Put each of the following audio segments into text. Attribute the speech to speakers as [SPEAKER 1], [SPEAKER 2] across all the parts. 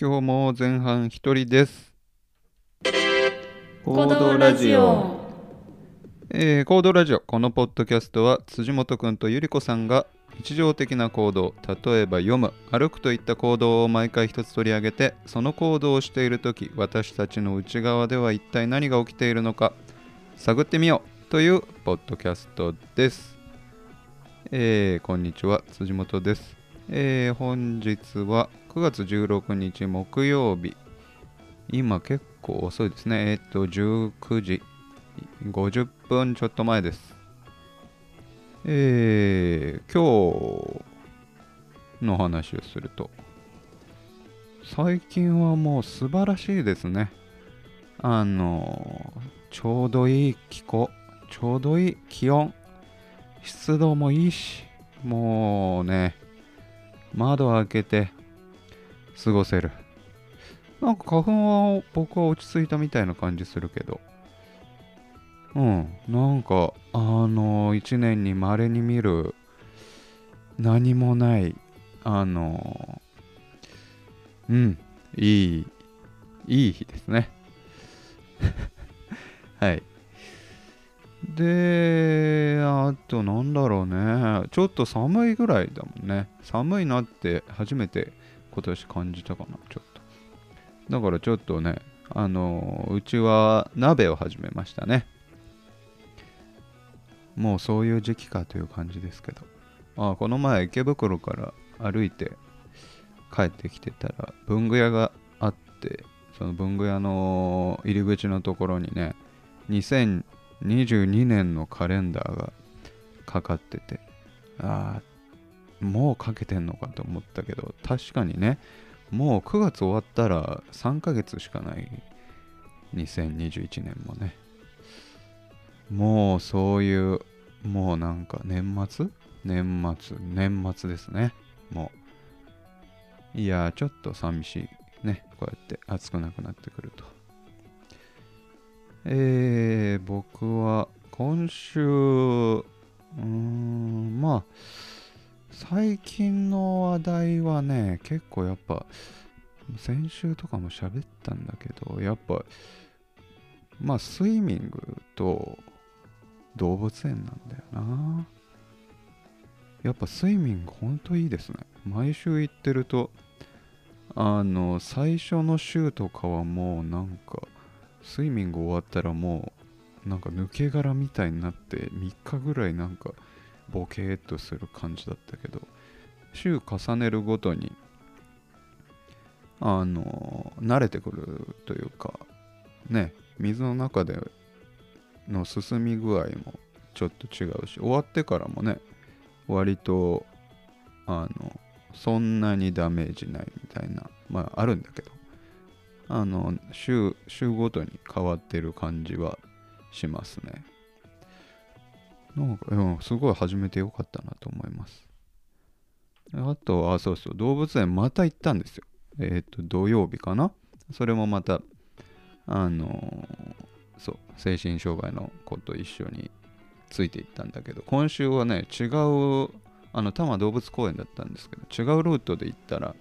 [SPEAKER 1] 今日も前半一人です。
[SPEAKER 2] 行動ラジオ
[SPEAKER 1] えー、行動ラジオこのポッドキャストは辻元くんとゆりこさんが日常的な行動例えば読む歩くといった行動を毎回一つ取り上げてその行動をしている時私たちの内側では一体何が起きているのか探ってみようというポッドキャストです、えー、こんにちは辻元です、えー、本日は9月16日木曜日今結構遅いですねえーっと19時50分ちょっと前です。えー、今日の話をすると、最近はもう素晴らしいですね。あの、ちょうどいい気候、ちょうどいい気温、湿度もいいし、もうね、窓開けて過ごせる。なんか花粉は僕は落ち着いたみたいな感じするけど。うん、なんかあの1年にまれに見る何もないあのうんいいいい日ですね はいであとなんだろうねちょっと寒いぐらいだもんね寒いなって初めて今年感じたかなちょっとだからちょっとねあのうちは鍋を始めましたねもうそういう時期かという感じですけどあこの前池袋から歩いて帰ってきてたら文具屋があってその文具屋の入り口のところにね2022年のカレンダーがかかっててあーもうかけてんのかと思ったけど確かにねもう9月終わったら3ヶ月しかない2021年もねもうそういうもうなんか年末年末年末ですねもういやーちょっと寂しいねこうやって暑くなくなってくるとえー、僕は今週うーんまあ最近の話題はね結構やっぱ先週とかも喋ったんだけどやっぱまあスイミングと動物園なんだよなやっぱスイミングほんといいですね毎週行ってるとあの最初の週とかはもうなんかスイミング終わったらもうなんか抜け殻みたいになって3日ぐらいなんかボケーっとする感じだったけど週重ねるごとにあの慣れてくるというかね水の中での進み具合もちょっと違うし終わってからもね割とあのそんなにダメージないみたいなまああるんだけどあの週週ごとに変わってる感じはしますねなんか、うん、すごい始めてよかったなと思いますあとあそうそう動物園また行ったんですよえっ、と土曜日かなそれもまたあのーそう精神障害の子と一緒についていったんだけど今週はね違うあの多摩動物公園だったんですけど違うルートで行ったら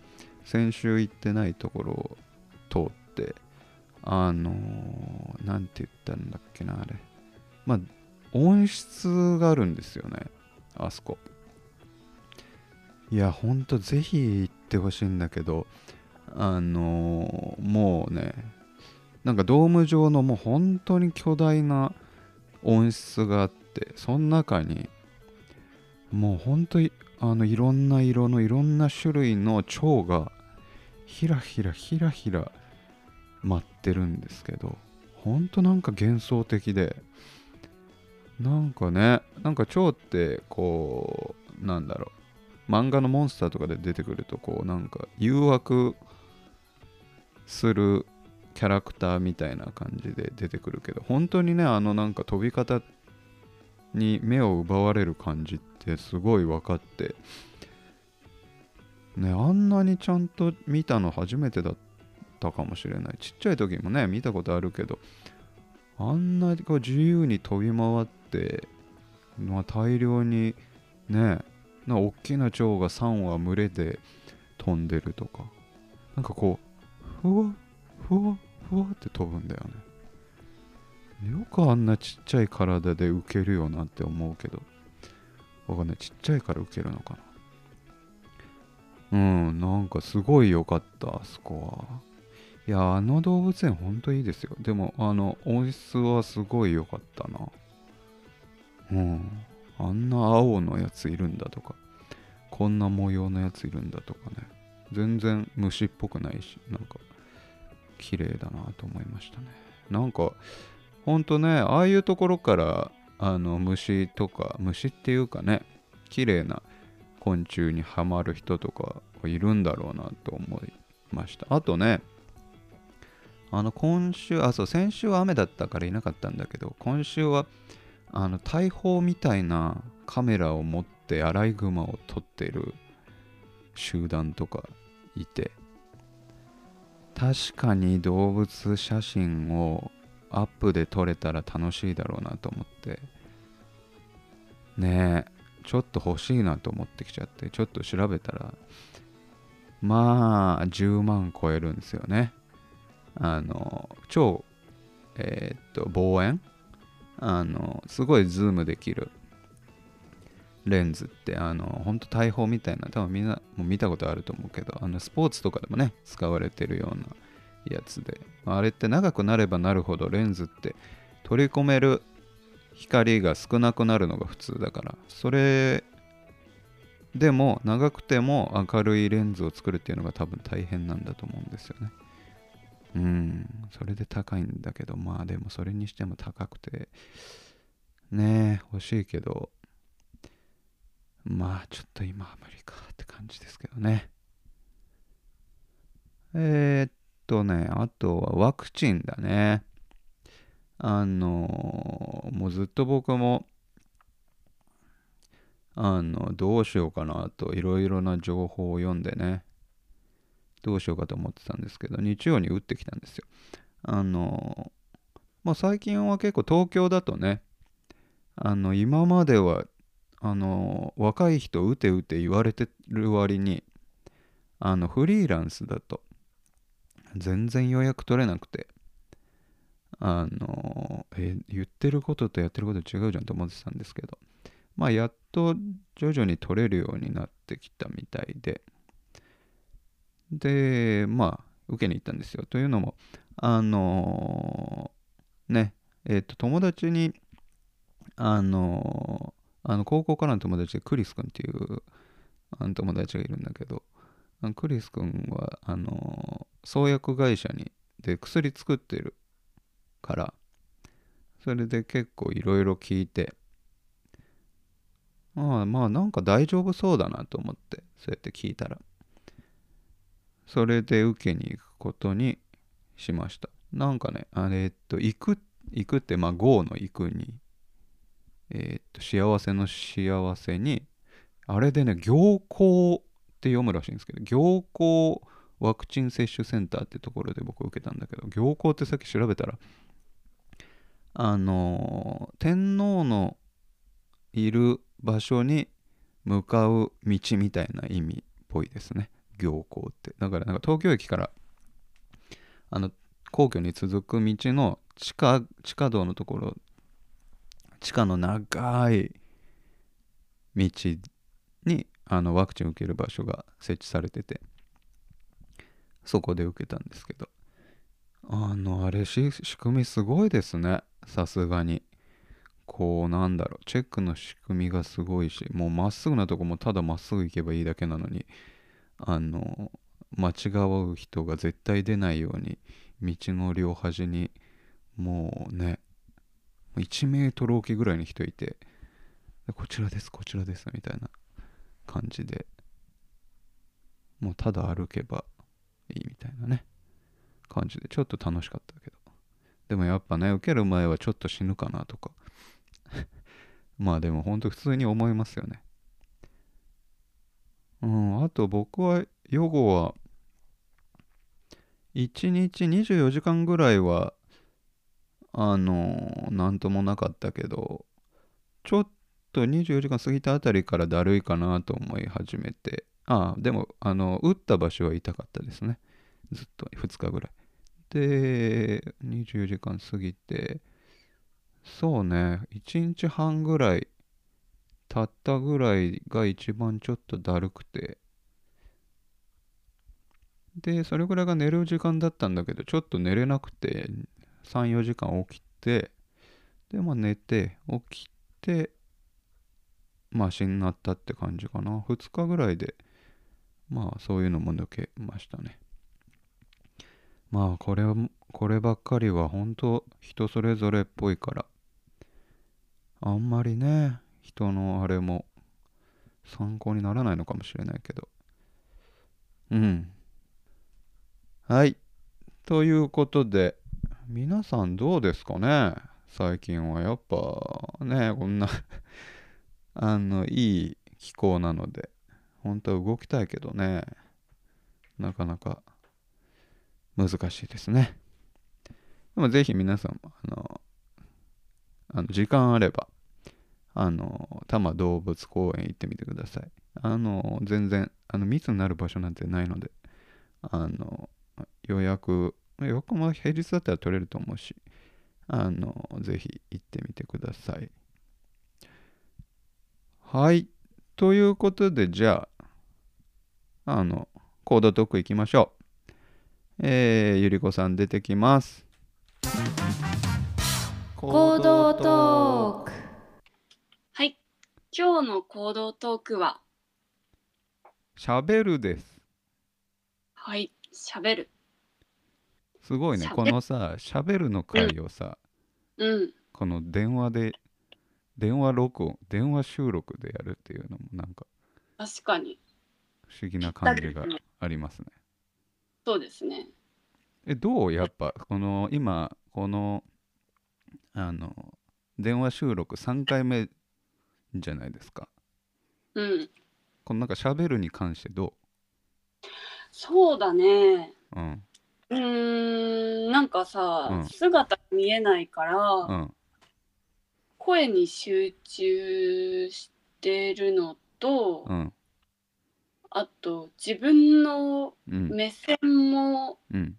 [SPEAKER 1] 先週行ってないところを通ってあのーなんて言ったんだっけなあれまあ温室があるんですよねあそこいやほんとぜひ行ってほしいんだけどあのーもうねなんかドーム状のもう本当に巨大な温室があってその中にもう本当にあのいろんな色のいろんな種類の蝶がひらひらひらひら舞ってるんですけど本当なんか幻想的でなんかねなんか蝶ってこうなんだろう漫画のモンスターとかで出てくるとこうなんか誘惑するキャラクターみたいな感じで出てくるけど本当にねあのなんか飛び方に目を奪われる感じってすごい分かってねあんなにちゃんと見たの初めてだったかもしれないちっちゃい時もね見たことあるけどあんなにこう自由に飛び回って、まあ、大量にねなんか大きな蝶が3羽群れで飛んでるとかなんかこうふわふわふわって飛ぶんだよねよくあんなちっちゃい体で受けるよなって思うけどわかんないちっちゃいから受けるのかなうんなんかすごい良かったあそこはいやあの動物園ほんといいですよでもあの音質はすごい良かったなうんあんな青のやついるんだとかこんな模様のやついるんだとかね全然虫っぽくないしなんか綺麗だなと思いましたねなんかほんとねああいうところからあの虫とか虫っていうかね綺麗な昆虫にはまる人とかいるんだろうなと思いましたあとねあの今週あそう先週は雨だったからいなかったんだけど今週はあの大砲みたいなカメラを持ってアライグマを撮ってる集団とかいて確かに動物写真をアップで撮れたら楽しいだろうなと思ってねえちょっと欲しいなと思ってきちゃってちょっと調べたらまあ10万超えるんですよねあの超えーっと望遠あのすごいズームできるレンズってあのほんと大砲みたいな多分みんなもう見たことあると思うけどあのスポーツとかでもね使われてるようなやつであれって長くなればなるほどレンズって取り込める光が少なくなるのが普通だからそれでも長くても明るいレンズを作るっていうのが多分大変なんだと思うんですよねうんそれで高いんだけどまあでもそれにしても高くてねえ欲しいけどまあちょっと今は無理かって感じですけどね。えー、っとね、あとはワクチンだね。あのーもうずっと僕も、あの、どうしようかなといろいろな情報を読んでね、どうしようかと思ってたんですけど、日曜に打ってきたんですよ。あのーまあ最近は結構東京だとね、あの、今まではあの若い人打て打て言われてる割にあのフリーランスだと全然予約取れなくてあのえ言ってることとやってること違うじゃんと思ってたんですけどまあやっと徐々に取れるようになってきたみたいででまあ受けに行ったんですよというのもあのねえっ、と友達にあのあの高校からの友達でクリス君っていうあの友達がいるんだけどあのクリス君はあの創薬会社にで薬作ってるからそれで結構いろいろ聞いてああまあなんか大丈夫そうだなと思ってそうやって聞いたらそれで受けに行くことにしましたなんかねあれえっと行く行くってまあ GO の行くにえーっと幸せの幸せにあれでね行幸って読むらしいんですけど行幸ワクチン接種センターってところで僕受けたんだけど行幸ってさっき調べたらあのー天皇のいる場所に向かう道みたいな意味っぽいですね行幸ってだからなんか東京駅からあの皇居に続く道の地下地下道のところ地下の長い道にあのワクチン受ける場所が設置されててそこで受けたんですけどあのあれし仕組みすごいですねさすがにこうなんだろうチェックの仕組みがすごいしもうまっすぐなとこもただまっすぐ行けばいいだけなのにあの間違う人が絶対出ないように道の両端にもうね1メートルおきぐらいに人いて、でこちらです、こちらです、みたいな感じで、もうただ歩けばいいみたいなね、感じで、ちょっと楽しかったけど。でもやっぱね、受ける前はちょっと死ぬかなとか。 まあでも本当普通に思いますよね。うん、あと僕は、予後は、1日24時間ぐらいはあのなんともなかったけどちょっと24時間過ぎたあたりからだるいかなと思い始めてああでもあの打った場所は痛かったですねずっと2日ぐらいで24時間過ぎてそうね1日半ぐらいたったぐらいが一番ちょっとだるくてでそれぐらいが寝る時間だったんだけどちょっと寝れなくて34時間起きてでまあ寝て起きてマシになったって感じかな2日ぐらいでまあそういうのも抜けましたねまあこれはこればっかりは本当人それぞれっぽいからあんまりね人のあれも参考にならないのかもしれないけどうんはいということで皆さんどうですかね最近はやっぱねこんな あのいい気候なので本当は動きたいけどねなかなか難しいですねでもぜひ皆さんもあのあの時間あればあの多摩動物公園行ってみてくださいあの全然あの密になる場所なんてないのであの予約予約も平日だったら取れると思うしあのぜひ行ってみてくださいはいということでじゃああのコードトーク行きましょうえー、ゆりこさん出てきます
[SPEAKER 2] 行動トークはい今日の行動トークは
[SPEAKER 1] しゃべるです
[SPEAKER 2] はい喋る
[SPEAKER 1] すごいね
[SPEAKER 2] 喋
[SPEAKER 1] このさしゃべるの回をさ
[SPEAKER 2] うん
[SPEAKER 1] この電話で電話録音電話収録でやるっていうのもなんか
[SPEAKER 2] 確かに
[SPEAKER 1] 不思議な感じがありますね
[SPEAKER 2] そうですね
[SPEAKER 1] えどうやっぱこの今このあの電話収録3回目じゃないですか
[SPEAKER 2] うん
[SPEAKER 1] このなんかしゃべるに関してど
[SPEAKER 2] そうだね
[SPEAKER 1] ううん
[SPEAKER 2] うーんなんかさ、
[SPEAKER 1] うん
[SPEAKER 2] 姿見えないから、
[SPEAKER 1] うん
[SPEAKER 2] 声に集中してるのと、
[SPEAKER 1] うん
[SPEAKER 2] あと自分の
[SPEAKER 1] うん
[SPEAKER 2] 目線も
[SPEAKER 1] うん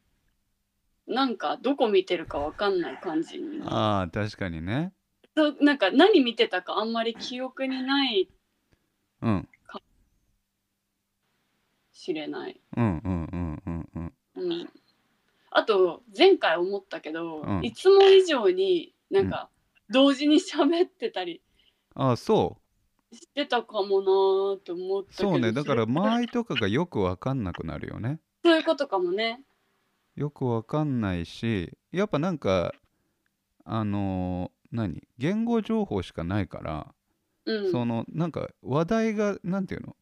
[SPEAKER 2] なんかどこ見てるかわかんない感じになる
[SPEAKER 1] ああ確かにね
[SPEAKER 2] そうなんか何見てたかあんまり記憶にない
[SPEAKER 1] うん
[SPEAKER 2] しれない、
[SPEAKER 1] うんうんうんうんうん
[SPEAKER 2] うん、あと前回思ったけど、
[SPEAKER 1] うん
[SPEAKER 2] いつも以上になんか同時に喋ってたり
[SPEAKER 1] ああそう
[SPEAKER 2] してたかもなーって思ったけど
[SPEAKER 1] そうねだから
[SPEAKER 2] それ
[SPEAKER 1] 間合いとかがよくわかんなくなるよね
[SPEAKER 2] そういうことかもね
[SPEAKER 1] よくわかんないしやっぱなんかあのー何言語情報しかないから、
[SPEAKER 2] うん
[SPEAKER 1] そのなんか話題がなんていうの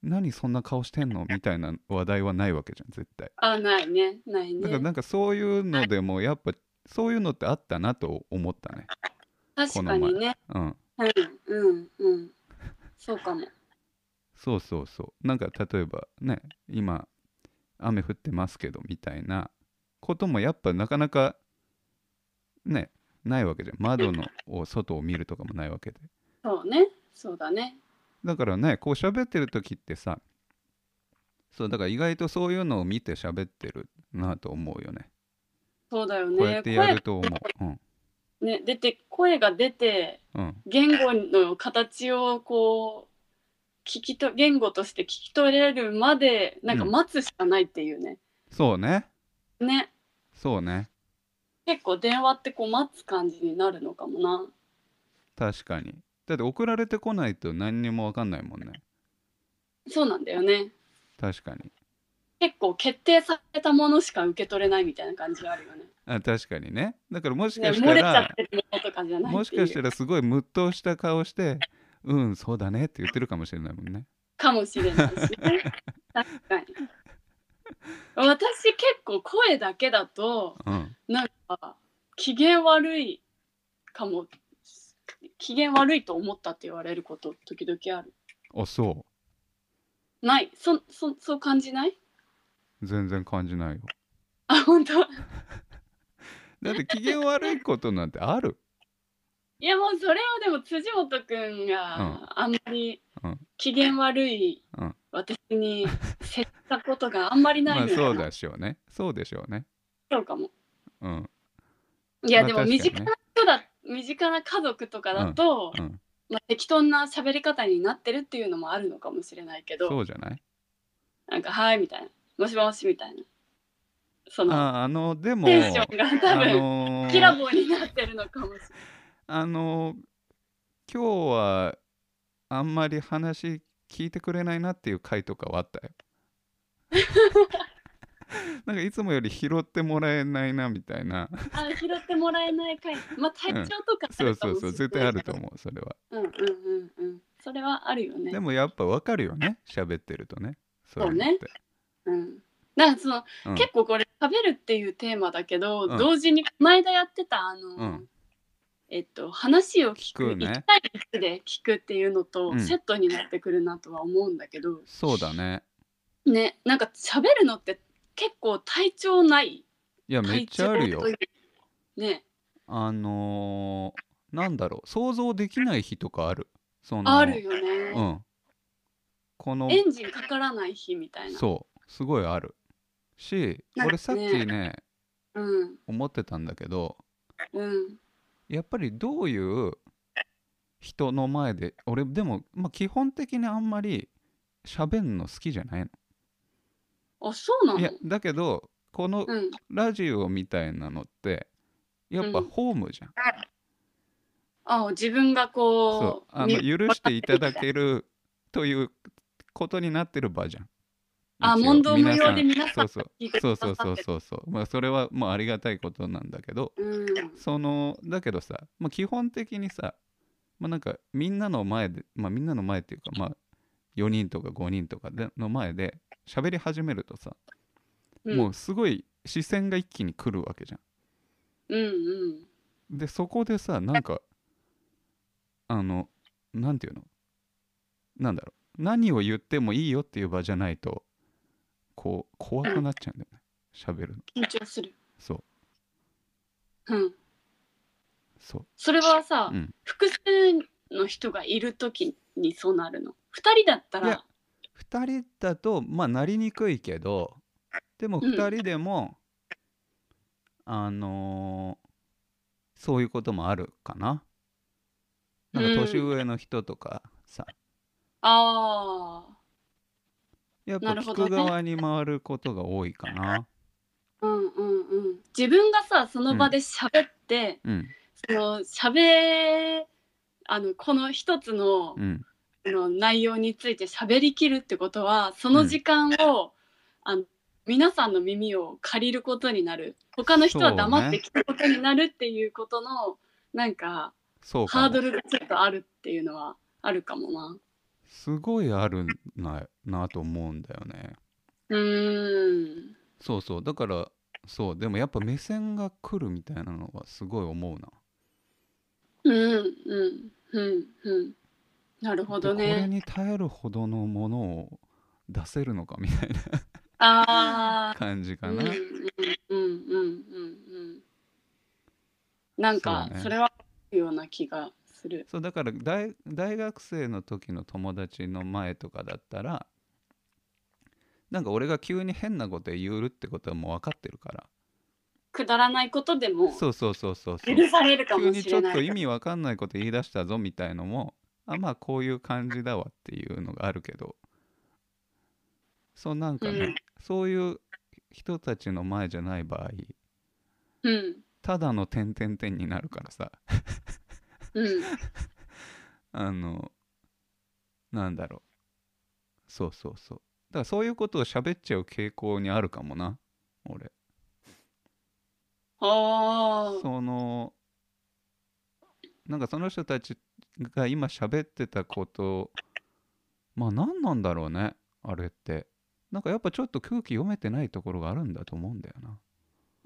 [SPEAKER 1] 何そんな顔してんのみたいな話題はないわけじゃん絶対
[SPEAKER 2] あないねないね
[SPEAKER 1] だからなんかそういうのでもやっぱそういうのってあったなと思ったねこ
[SPEAKER 2] 確
[SPEAKER 1] の
[SPEAKER 2] か
[SPEAKER 1] 前
[SPEAKER 2] にね
[SPEAKER 1] うん
[SPEAKER 2] うんうんうんそうかも
[SPEAKER 1] そうそうそうなんか例えばね今雨降ってますけどみたいなこともやっぱなかなかねないわけじゃん窓のを外を見るとかもないわけで
[SPEAKER 2] そうねそうだね
[SPEAKER 1] だからねこう喋ってる時ってさそうだから意外とそういうのを見て喋ってるなと思うよね
[SPEAKER 2] そうだよね
[SPEAKER 1] こうやってやると思う、
[SPEAKER 2] 声ね出て声が出て
[SPEAKER 1] うんうん
[SPEAKER 2] 言語の形をこう聞きと言語として聞き取れるまでなんか
[SPEAKER 1] うん
[SPEAKER 2] 待つしかないっていうね、
[SPEAKER 1] そうね
[SPEAKER 2] ね
[SPEAKER 1] そうね
[SPEAKER 2] 結構電話ってこう待つ感じになるのかもな
[SPEAKER 1] 確かにだって送られてこないと何にも分かんないもんね
[SPEAKER 2] そうなんだよね
[SPEAKER 1] 確かに
[SPEAKER 2] 結構決定されたものしか受け取れないみたいな感じがあるよね
[SPEAKER 1] あ確かにねだからもし
[SPEAKER 2] ね
[SPEAKER 1] かし
[SPEAKER 2] 漏
[SPEAKER 1] た
[SPEAKER 2] れちゃ
[SPEAKER 1] ら
[SPEAKER 2] ってるものとかじゃないっていう
[SPEAKER 1] もしかしたらすごいムッとした顔して「うんそうだね」って言ってるかもしれないもんね。
[SPEAKER 2] かもしれな いしね確かに私結構声だけだと
[SPEAKER 1] うん、
[SPEAKER 2] なんか機嫌悪いかも機嫌悪いと思ったって言われること時々ある
[SPEAKER 1] あそ
[SPEAKER 2] ないそそそう感じないう
[SPEAKER 1] 全然感じないよ。
[SPEAKER 2] あ本当
[SPEAKER 1] だって機嫌悪いことなんてある
[SPEAKER 2] いやもうそれはでも辻元くんがあんまり
[SPEAKER 1] うん
[SPEAKER 2] 機嫌悪い
[SPEAKER 1] うん
[SPEAKER 2] 私に接したことがあんまり な
[SPEAKER 1] ま
[SPEAKER 2] い
[SPEAKER 1] あ
[SPEAKER 2] みたいな、
[SPEAKER 1] そうでしょうねそうでしょうね
[SPEAKER 2] そうかも
[SPEAKER 1] うん
[SPEAKER 2] いや、
[SPEAKER 1] まあ
[SPEAKER 2] でも
[SPEAKER 1] 確かにね
[SPEAKER 2] 身近な人だ身近な家族とかだと、
[SPEAKER 1] うんうん
[SPEAKER 2] まあ、適当な喋り方になってるっていうのもあるのかもしれないけど
[SPEAKER 1] そうじゃない
[SPEAKER 2] なんか「はい」みたいな「もしもし」みたいなその
[SPEAKER 1] ああのでも
[SPEAKER 2] テンションが多
[SPEAKER 1] あ
[SPEAKER 2] 分
[SPEAKER 1] のー
[SPEAKER 2] きらぼうになってるのかもしれない。
[SPEAKER 1] あの今日はあんまり話聞いてくれないなっていう回とかはあったよ。 なんかいつもより拾ってもらえないなみたいな
[SPEAKER 2] あ拾ってもらえないかいまあ体調とかあ
[SPEAKER 1] そう
[SPEAKER 2] る
[SPEAKER 1] そ
[SPEAKER 2] か
[SPEAKER 1] うそ
[SPEAKER 2] もしれな
[SPEAKER 1] う
[SPEAKER 2] い
[SPEAKER 1] 絶対あると
[SPEAKER 2] う
[SPEAKER 1] 思うそれは
[SPEAKER 2] うんうんうんうんそれはあるよね
[SPEAKER 1] でもやっぱわかるよね喋ってるとねそういうのって
[SPEAKER 2] うんだからその、
[SPEAKER 1] うん
[SPEAKER 2] 結構これ食べるっていうテーマだけど、
[SPEAKER 1] うん
[SPEAKER 2] 同時にこの間やってたあの、
[SPEAKER 1] うん
[SPEAKER 2] えっと話を聞く
[SPEAKER 1] 聞くね
[SPEAKER 2] 1対1で聞くっていうのと
[SPEAKER 1] うん
[SPEAKER 2] セットになってくるなとは思うんだけど、
[SPEAKER 1] そうだね
[SPEAKER 2] ねなんか喋るのって結構体調ない
[SPEAKER 1] いやめっ
[SPEAKER 2] 体
[SPEAKER 1] ちゃあるよ
[SPEAKER 2] というね
[SPEAKER 1] あのーなんだろう想像できない日とかあるその
[SPEAKER 2] あるよ
[SPEAKER 1] う
[SPEAKER 2] ね、
[SPEAKER 1] んこの
[SPEAKER 2] エンジンかからない日みたいな
[SPEAKER 1] そうすごいあるし
[SPEAKER 2] なんかね
[SPEAKER 1] 俺さっきね
[SPEAKER 2] うん
[SPEAKER 1] 思ってたんだけど
[SPEAKER 2] うん
[SPEAKER 1] やっぱりどういう人の前で俺でも、まあ、基本的にあんまり喋んの好きじゃない
[SPEAKER 2] あそうな
[SPEAKER 1] の。いや
[SPEAKER 2] の
[SPEAKER 1] だけどこの
[SPEAKER 2] うん
[SPEAKER 1] ラジオみたいなのってやっぱ
[SPEAKER 2] うん
[SPEAKER 1] ホームじゃん。
[SPEAKER 2] あ自分が
[SPEAKER 1] そう
[SPEAKER 2] こう
[SPEAKER 1] あの
[SPEAKER 2] み
[SPEAKER 1] 許していただけるということになってる場じゃん。
[SPEAKER 2] あ
[SPEAKER 1] 一応
[SPEAKER 2] 問答無用で皆
[SPEAKER 1] そ
[SPEAKER 2] さん
[SPEAKER 1] うそう
[SPEAKER 2] 聞いてく
[SPEAKER 1] そうそ
[SPEAKER 2] ださ
[SPEAKER 1] う
[SPEAKER 2] って
[SPEAKER 1] そうそうそう、まあ、それはもうありがたいことなんだけど
[SPEAKER 2] うん
[SPEAKER 1] そのだけどさ、まあ、基本的にさ、まあ、なんかみんなの前で、まあ、みんなの前っていうか、まあ、4人とか5人とかでの前で喋り始めるとさ、
[SPEAKER 2] うん
[SPEAKER 1] もうすごい視線が一気に来るわけじゃ
[SPEAKER 2] うんうん
[SPEAKER 1] ん。でそこでさなんかあのなんていうのなんだろう何を言ってもいいよっていう場じゃないとこう怖くなっちゃうんだよね喋るの。
[SPEAKER 2] 緊張する
[SPEAKER 1] そう
[SPEAKER 2] うん
[SPEAKER 1] そう。
[SPEAKER 2] それはさ、
[SPEAKER 1] うん
[SPEAKER 2] 複数の人がいる時にそうなるの二人だった
[SPEAKER 1] いや
[SPEAKER 2] ら
[SPEAKER 1] 2人だとまあなりにくいけどでも
[SPEAKER 2] うん
[SPEAKER 1] 2人でも、あのーそういうこともあるかな。なんか年
[SPEAKER 2] うん
[SPEAKER 1] 上の人とかさ、
[SPEAKER 2] あ
[SPEAKER 1] やっぱ
[SPEAKER 2] なる
[SPEAKER 1] 聞
[SPEAKER 2] ほど
[SPEAKER 1] く
[SPEAKER 2] ね
[SPEAKER 1] 側に回ることが多いかな。
[SPEAKER 2] あうんうんうん自分がさその場で喋って、
[SPEAKER 1] うん
[SPEAKER 2] その喋あのこの一つの,、
[SPEAKER 1] うん
[SPEAKER 2] の内容について喋りきるってことはその時間を、あの皆さんの耳を借りることになる他の人は黙って聞くことになるっていうことの、なんか
[SPEAKER 1] そうか
[SPEAKER 2] ハード
[SPEAKER 1] も
[SPEAKER 2] ルがちょっとあるっていうのはあるかもな。
[SPEAKER 1] すごいあるななと思うんだよね。
[SPEAKER 2] うーん
[SPEAKER 1] そうそうだからそうでもやっぱ目線が来るみたいなのはすごい思うな。
[SPEAKER 2] うんうんうんうんなるほど
[SPEAKER 1] でこれ
[SPEAKER 2] ね。
[SPEAKER 1] に耐えるほどのものを出せるのかみたいな。
[SPEAKER 2] ああ
[SPEAKER 1] 感じか
[SPEAKER 2] うんう
[SPEAKER 1] な、
[SPEAKER 2] んうんうんうんなんか
[SPEAKER 1] そうね
[SPEAKER 2] それはあるような気がする。
[SPEAKER 1] そうだから大大学生の時の友達の前とかだったらなんか俺が急に変なこと言うってことはもう分かってるから
[SPEAKER 2] くだらないことでも
[SPEAKER 1] そうそうそうそうそう
[SPEAKER 2] 許されるか
[SPEAKER 1] 急
[SPEAKER 2] も
[SPEAKER 1] に
[SPEAKER 2] し
[SPEAKER 1] ちょ
[SPEAKER 2] れ
[SPEAKER 1] っ
[SPEAKER 2] ない。
[SPEAKER 1] と意味わかんないこと言い出したぞみたいのもあまあこういう感じだわっていうのがあるけどそうなんかね、
[SPEAKER 2] うん
[SPEAKER 1] そういう人たちの前じゃない場合
[SPEAKER 2] うん
[SPEAKER 1] ただの点々点になるからさ
[SPEAKER 2] うん
[SPEAKER 1] あのなんだろうそうそうそうだからそういうことを喋っちゃう傾向にあるかもな俺
[SPEAKER 2] あー
[SPEAKER 1] そのなんかその人たちが今喋ってたことまあ何なんだろうねあれってなんかやっぱちょっと空気読めてないところがあるんだと思うんだよな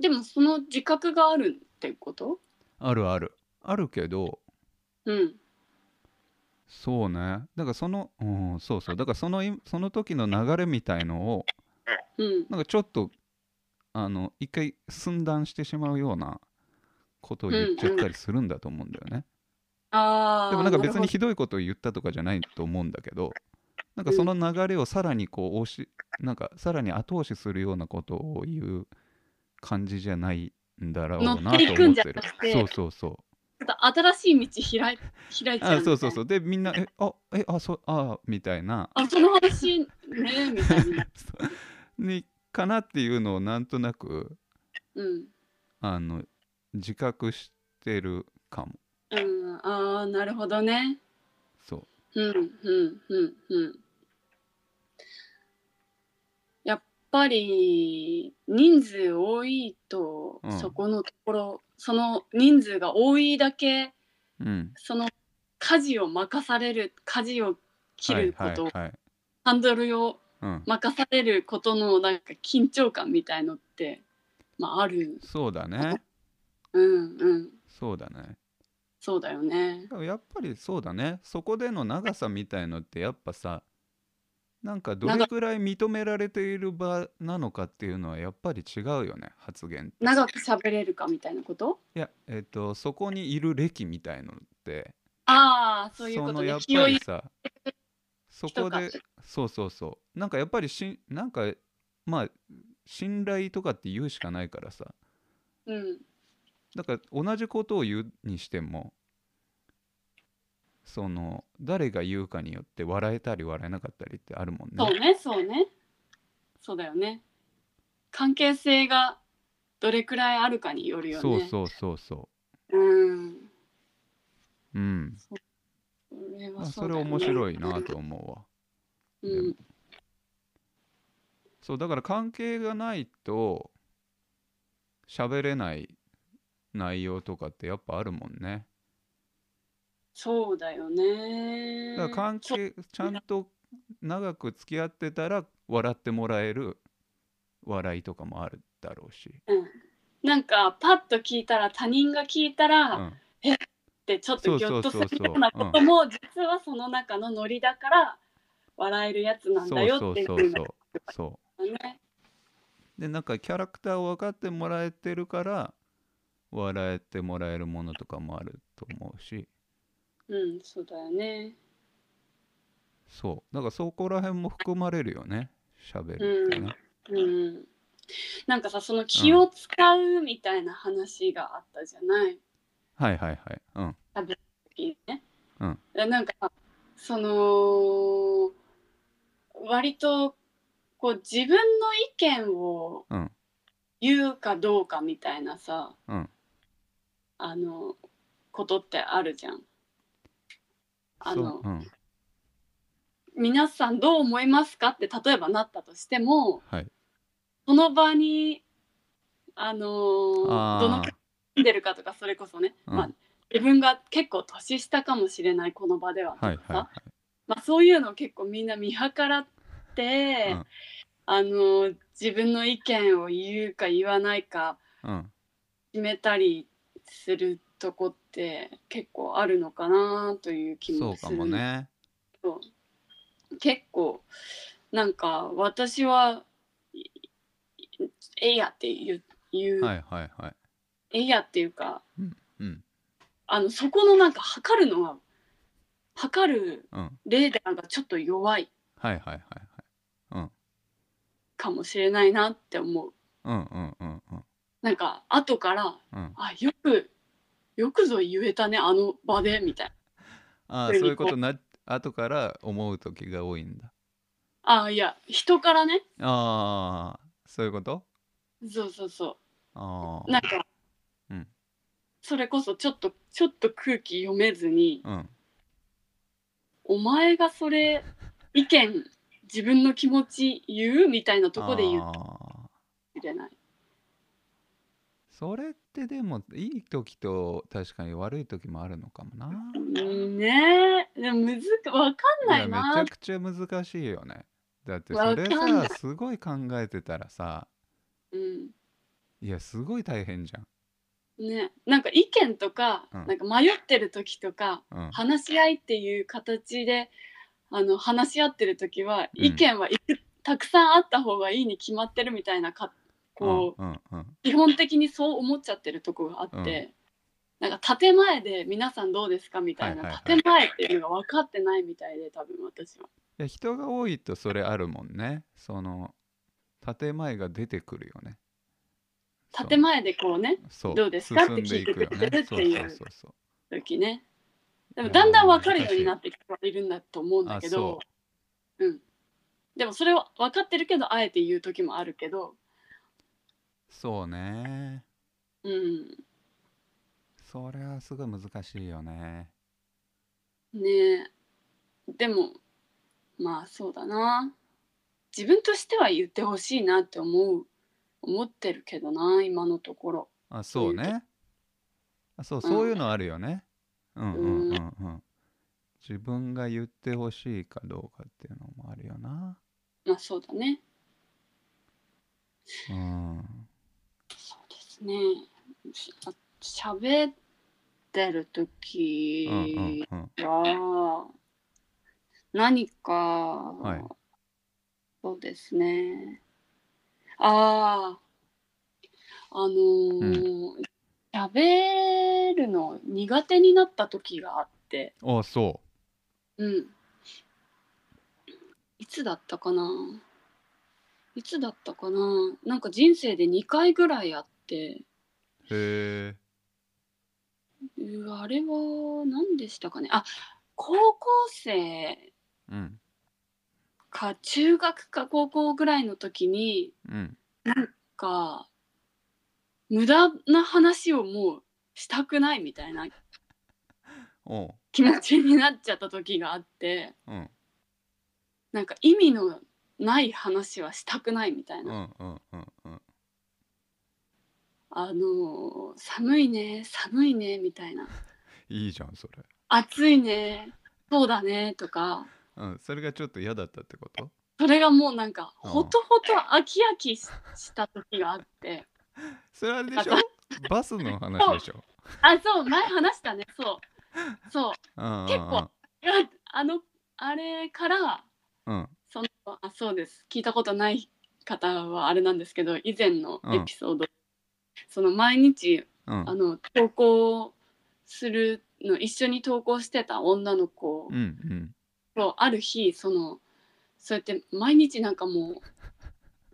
[SPEAKER 2] でもその自覚があるってこと
[SPEAKER 1] あるあるあるけど
[SPEAKER 2] うん
[SPEAKER 1] そうねだからそのうんそうそうだからそのいその時の流れみたいのを
[SPEAKER 2] うん
[SPEAKER 1] なんかちょっとあの一回寸断してしまうようなことを言っちゃったりするんだと思うんだよね。
[SPEAKER 2] ああ
[SPEAKER 1] でもなんか別にひどいことを言ったとかじゃないと思うんだけどなんかその流れをさらにこう押しなんかさらに後押しするようなことを言う感じじゃないんだろうなと思っ
[SPEAKER 2] 乗っていくんじ
[SPEAKER 1] て
[SPEAKER 2] ゃ
[SPEAKER 1] る
[SPEAKER 2] なくて
[SPEAKER 1] そうそうそう
[SPEAKER 2] ちょっと新しい道開い開いちゃう
[SPEAKER 1] あそうそうそううでみんな「えあえあそうあみたいな
[SPEAKER 2] あその話ねみたいな、
[SPEAKER 1] にかなっていうのをなんとなく
[SPEAKER 2] うん
[SPEAKER 1] あの自覚してるかも
[SPEAKER 2] うん、ああなるほどね
[SPEAKER 1] そう
[SPEAKER 2] うんうんうんうんやっぱり人数多いと、
[SPEAKER 1] うん
[SPEAKER 2] そこのところその人数が多いだけ
[SPEAKER 1] うん
[SPEAKER 2] その家事を任される家事を切ること、
[SPEAKER 1] はいはいはい
[SPEAKER 2] ハンドルを
[SPEAKER 1] うん、
[SPEAKER 2] 任されることのなんか緊張感みたいのって、まあ、ある
[SPEAKER 1] そうだね
[SPEAKER 2] うんうん
[SPEAKER 1] そうだね
[SPEAKER 2] そうだよね
[SPEAKER 1] でもやっぱりそうだねそこでの長さみたいのってやっぱさなんかどれくらい認められている場なのかっていうのはやっぱり違うよね発言って
[SPEAKER 2] 長く喋れるかみたいなこと
[SPEAKER 1] いやえっ、とそこにいる歴みたいのって
[SPEAKER 2] ああそういうこ
[SPEAKER 1] の
[SPEAKER 2] と
[SPEAKER 1] やっ
[SPEAKER 2] ね
[SPEAKER 1] ぱ
[SPEAKER 2] 勢
[SPEAKER 1] り
[SPEAKER 2] い
[SPEAKER 1] さそこで
[SPEAKER 2] 人
[SPEAKER 1] そうそうそうなんかやっぱりしんなんかまあ信頼とかって言うしかないからさ
[SPEAKER 2] うん
[SPEAKER 1] だから同じことを言うにしてもその誰が言うかによって笑えたり笑えなかったりってあるもん
[SPEAKER 2] そ
[SPEAKER 1] ね。
[SPEAKER 2] うね、そうね。そうだよね。関係性がどれくらいあるかによるよね。
[SPEAKER 1] そうそうそうそ
[SPEAKER 2] うん。
[SPEAKER 1] う。うん。
[SPEAKER 2] それ
[SPEAKER 1] まあ
[SPEAKER 2] はそ
[SPEAKER 1] そうれ
[SPEAKER 2] だよね
[SPEAKER 1] 面白いなと思うわ。
[SPEAKER 2] う
[SPEAKER 1] で
[SPEAKER 2] ん
[SPEAKER 1] も。そうだから関係がないと喋れない内容とかってやっぱあるもんね。
[SPEAKER 2] そうだよね
[SPEAKER 1] だ。から関
[SPEAKER 2] そう
[SPEAKER 1] 係ちゃんと長く付き合ってたら笑ってもらえる笑いとかもあるだろうし。
[SPEAKER 2] なんかパッと聞いたら他人が聞いた
[SPEAKER 1] う
[SPEAKER 2] ら、っ
[SPEAKER 1] ん。
[SPEAKER 2] てちょっとギョッとするようなこ
[SPEAKER 1] そうそうそうそう
[SPEAKER 2] とも実はその中のノリだから笑えるやつなんだよっていう
[SPEAKER 1] そ
[SPEAKER 2] の
[SPEAKER 1] うそう
[SPEAKER 2] が
[SPEAKER 1] そうそうそ
[SPEAKER 2] ね。
[SPEAKER 1] うでなんかキャラクターを分かってもらえてるから笑えてもらえるものとかもあると思うし
[SPEAKER 2] うん、そうだよね。
[SPEAKER 1] そうだからそこら辺も含まれるよね喋るってね、
[SPEAKER 2] うん。なんかさその気を使うみたいな話があったじゃない。
[SPEAKER 1] はいはいはいうん
[SPEAKER 2] いいね。
[SPEAKER 1] うん
[SPEAKER 2] でなんかその割とこう自分の意見を
[SPEAKER 1] うん
[SPEAKER 2] 言うかどうかみたいなさ、
[SPEAKER 1] うん
[SPEAKER 2] あのことってあるじゃん。あ
[SPEAKER 1] そう
[SPEAKER 2] の
[SPEAKER 1] うん
[SPEAKER 2] 皆さんどう思いますかって例えばなったとしても
[SPEAKER 1] はい
[SPEAKER 2] その場にあの
[SPEAKER 1] あー
[SPEAKER 2] どのくらい住んでるかとかそれこそね、
[SPEAKER 1] うん
[SPEAKER 2] まあ、自分が結構年下かもしれないこの場ではとかさ、
[SPEAKER 1] はいはいは
[SPEAKER 2] まあ、そういうのを結構みんな見計らって
[SPEAKER 1] い、うん
[SPEAKER 2] あの自分の意見を言うか言わないか
[SPEAKER 1] うん
[SPEAKER 2] 決めたりするとこって結構あるのかなという気
[SPEAKER 1] そ
[SPEAKER 2] も
[SPEAKER 1] う
[SPEAKER 2] す
[SPEAKER 1] か
[SPEAKER 2] る
[SPEAKER 1] もね
[SPEAKER 2] 結構なんか私はいいえいやって言う言う、
[SPEAKER 1] はいはいはい
[SPEAKER 2] えいやっていうか
[SPEAKER 1] うん
[SPEAKER 2] あのそこのなんか測るのが測る
[SPEAKER 1] うん
[SPEAKER 2] レーダーがちょっと弱い
[SPEAKER 1] はいはいはいはい
[SPEAKER 2] かもしれないなって思う。
[SPEAKER 1] うんうんうんうん
[SPEAKER 2] なんか後から
[SPEAKER 1] うん
[SPEAKER 2] あよくよくぞ言えたねあの場でみたいな
[SPEAKER 1] ああ
[SPEAKER 2] そ
[SPEAKER 1] そう
[SPEAKER 2] れに
[SPEAKER 1] いうことな後から思う時が多いんだ
[SPEAKER 2] あいや人からね
[SPEAKER 1] ああそういうこと
[SPEAKER 2] そうそうそ
[SPEAKER 1] あ
[SPEAKER 2] うなんか、
[SPEAKER 1] うん
[SPEAKER 2] それこそちょっとちょっと空気読めずに
[SPEAKER 1] あうん
[SPEAKER 2] 「お前がそれ意見自分の気持ち言う?」みたいなとこで言うか
[SPEAKER 1] あー
[SPEAKER 2] もしれない
[SPEAKER 1] それってでもいい時と確かに悪い時もあるのかもな。
[SPEAKER 2] うんねえでもむずくわかんない
[SPEAKER 1] やめ
[SPEAKER 2] な
[SPEAKER 1] ちゃくちゃ難しいよね。だってそれ
[SPEAKER 2] わかんな
[SPEAKER 1] さ
[SPEAKER 2] い
[SPEAKER 1] すごい考えてたらさ
[SPEAKER 2] うん
[SPEAKER 1] いやすごい大変じゃ
[SPEAKER 2] ね、なんか意見とか,、
[SPEAKER 1] うん
[SPEAKER 2] なんか迷ってる時とか
[SPEAKER 1] ん。うん、
[SPEAKER 2] 話し合いっていう形であの話し合ってる時は
[SPEAKER 1] うん
[SPEAKER 2] 意見はいく、たくさんあった方がいいに決まってるみたいなかこう、
[SPEAKER 1] うんうんうん
[SPEAKER 2] 基本的にそう思っちゃってるとこがあって、なんか建前で「皆さんどうですか?」みた
[SPEAKER 1] は
[SPEAKER 2] い
[SPEAKER 1] いはい
[SPEAKER 2] な
[SPEAKER 1] はい
[SPEAKER 2] 建前っていうのが分かってないみたいで多分私は。
[SPEAKER 1] や人が多いとそれあるもんねその建前が出てくるよねそう
[SPEAKER 2] 建前でこうね
[SPEAKER 1] そう
[SPEAKER 2] どうですか
[SPEAKER 1] 進んいくよね
[SPEAKER 2] って聞いてくれてるっていう
[SPEAKER 1] そうそうそう
[SPEAKER 2] 時ねで
[SPEAKER 1] いや
[SPEAKER 2] も
[SPEAKER 1] ー
[SPEAKER 2] だんだん分かるようになってきてはいるんだと思うんだけ
[SPEAKER 1] あそ
[SPEAKER 2] どうんでもそれを分かってるけどあえて言う時もあるけ
[SPEAKER 1] そう
[SPEAKER 2] ど
[SPEAKER 1] そうね
[SPEAKER 2] うん
[SPEAKER 1] それはすごい難しいよね
[SPEAKER 2] ねえでもまあそうだな自分としては言ってほしいなって思う思ってるけどな今のところ
[SPEAKER 1] あそうねあそうそういうのあるよねうんうんうんうん自分が言ってほしいかどうかっていうのもあるよな
[SPEAKER 2] まあそうだね
[SPEAKER 1] うん
[SPEAKER 2] そうですねしあ喋ってる時
[SPEAKER 1] うんうんうん
[SPEAKER 2] は何か、
[SPEAKER 1] い
[SPEAKER 2] そうですねあああのー喋るの苦手になった時があって
[SPEAKER 1] あそ
[SPEAKER 2] うんいつだったかないつだったかななんか人生で2回ぐらいあって
[SPEAKER 1] うへえ
[SPEAKER 2] うあれは何でしたかねあ高校生
[SPEAKER 1] うん
[SPEAKER 2] か中学か高校ぐらいの時に
[SPEAKER 1] うん
[SPEAKER 2] か無駄な話をもうしたくないみたいな
[SPEAKER 1] おう
[SPEAKER 2] 気持ちになっちゃった時があって
[SPEAKER 1] うん
[SPEAKER 2] なんか意味のない話はしたくないみたい
[SPEAKER 1] うん
[SPEAKER 2] な、
[SPEAKER 1] うんうんうん
[SPEAKER 2] あのー寒いね寒いねみたいない
[SPEAKER 1] いじゃんそれ
[SPEAKER 2] 暑いねそうだねとか
[SPEAKER 1] うんそれがちょっと嫌だったってこと
[SPEAKER 2] それがもうなんか
[SPEAKER 1] うん
[SPEAKER 2] ほとほと飽き飽きしした時があって
[SPEAKER 1] それあれでしょバスの話でしょ
[SPEAKER 2] あそう前話したねそうそう
[SPEAKER 1] うんうん
[SPEAKER 2] 結構いやあのあれから
[SPEAKER 1] うん
[SPEAKER 2] そのあそうです聞いたことない方はあれなんですけど以前のエピソード、その毎日
[SPEAKER 1] うん
[SPEAKER 2] あの投稿するの一緒に投稿してた女の子
[SPEAKER 1] うんうん
[SPEAKER 2] とある日そのそうやって毎日なんかも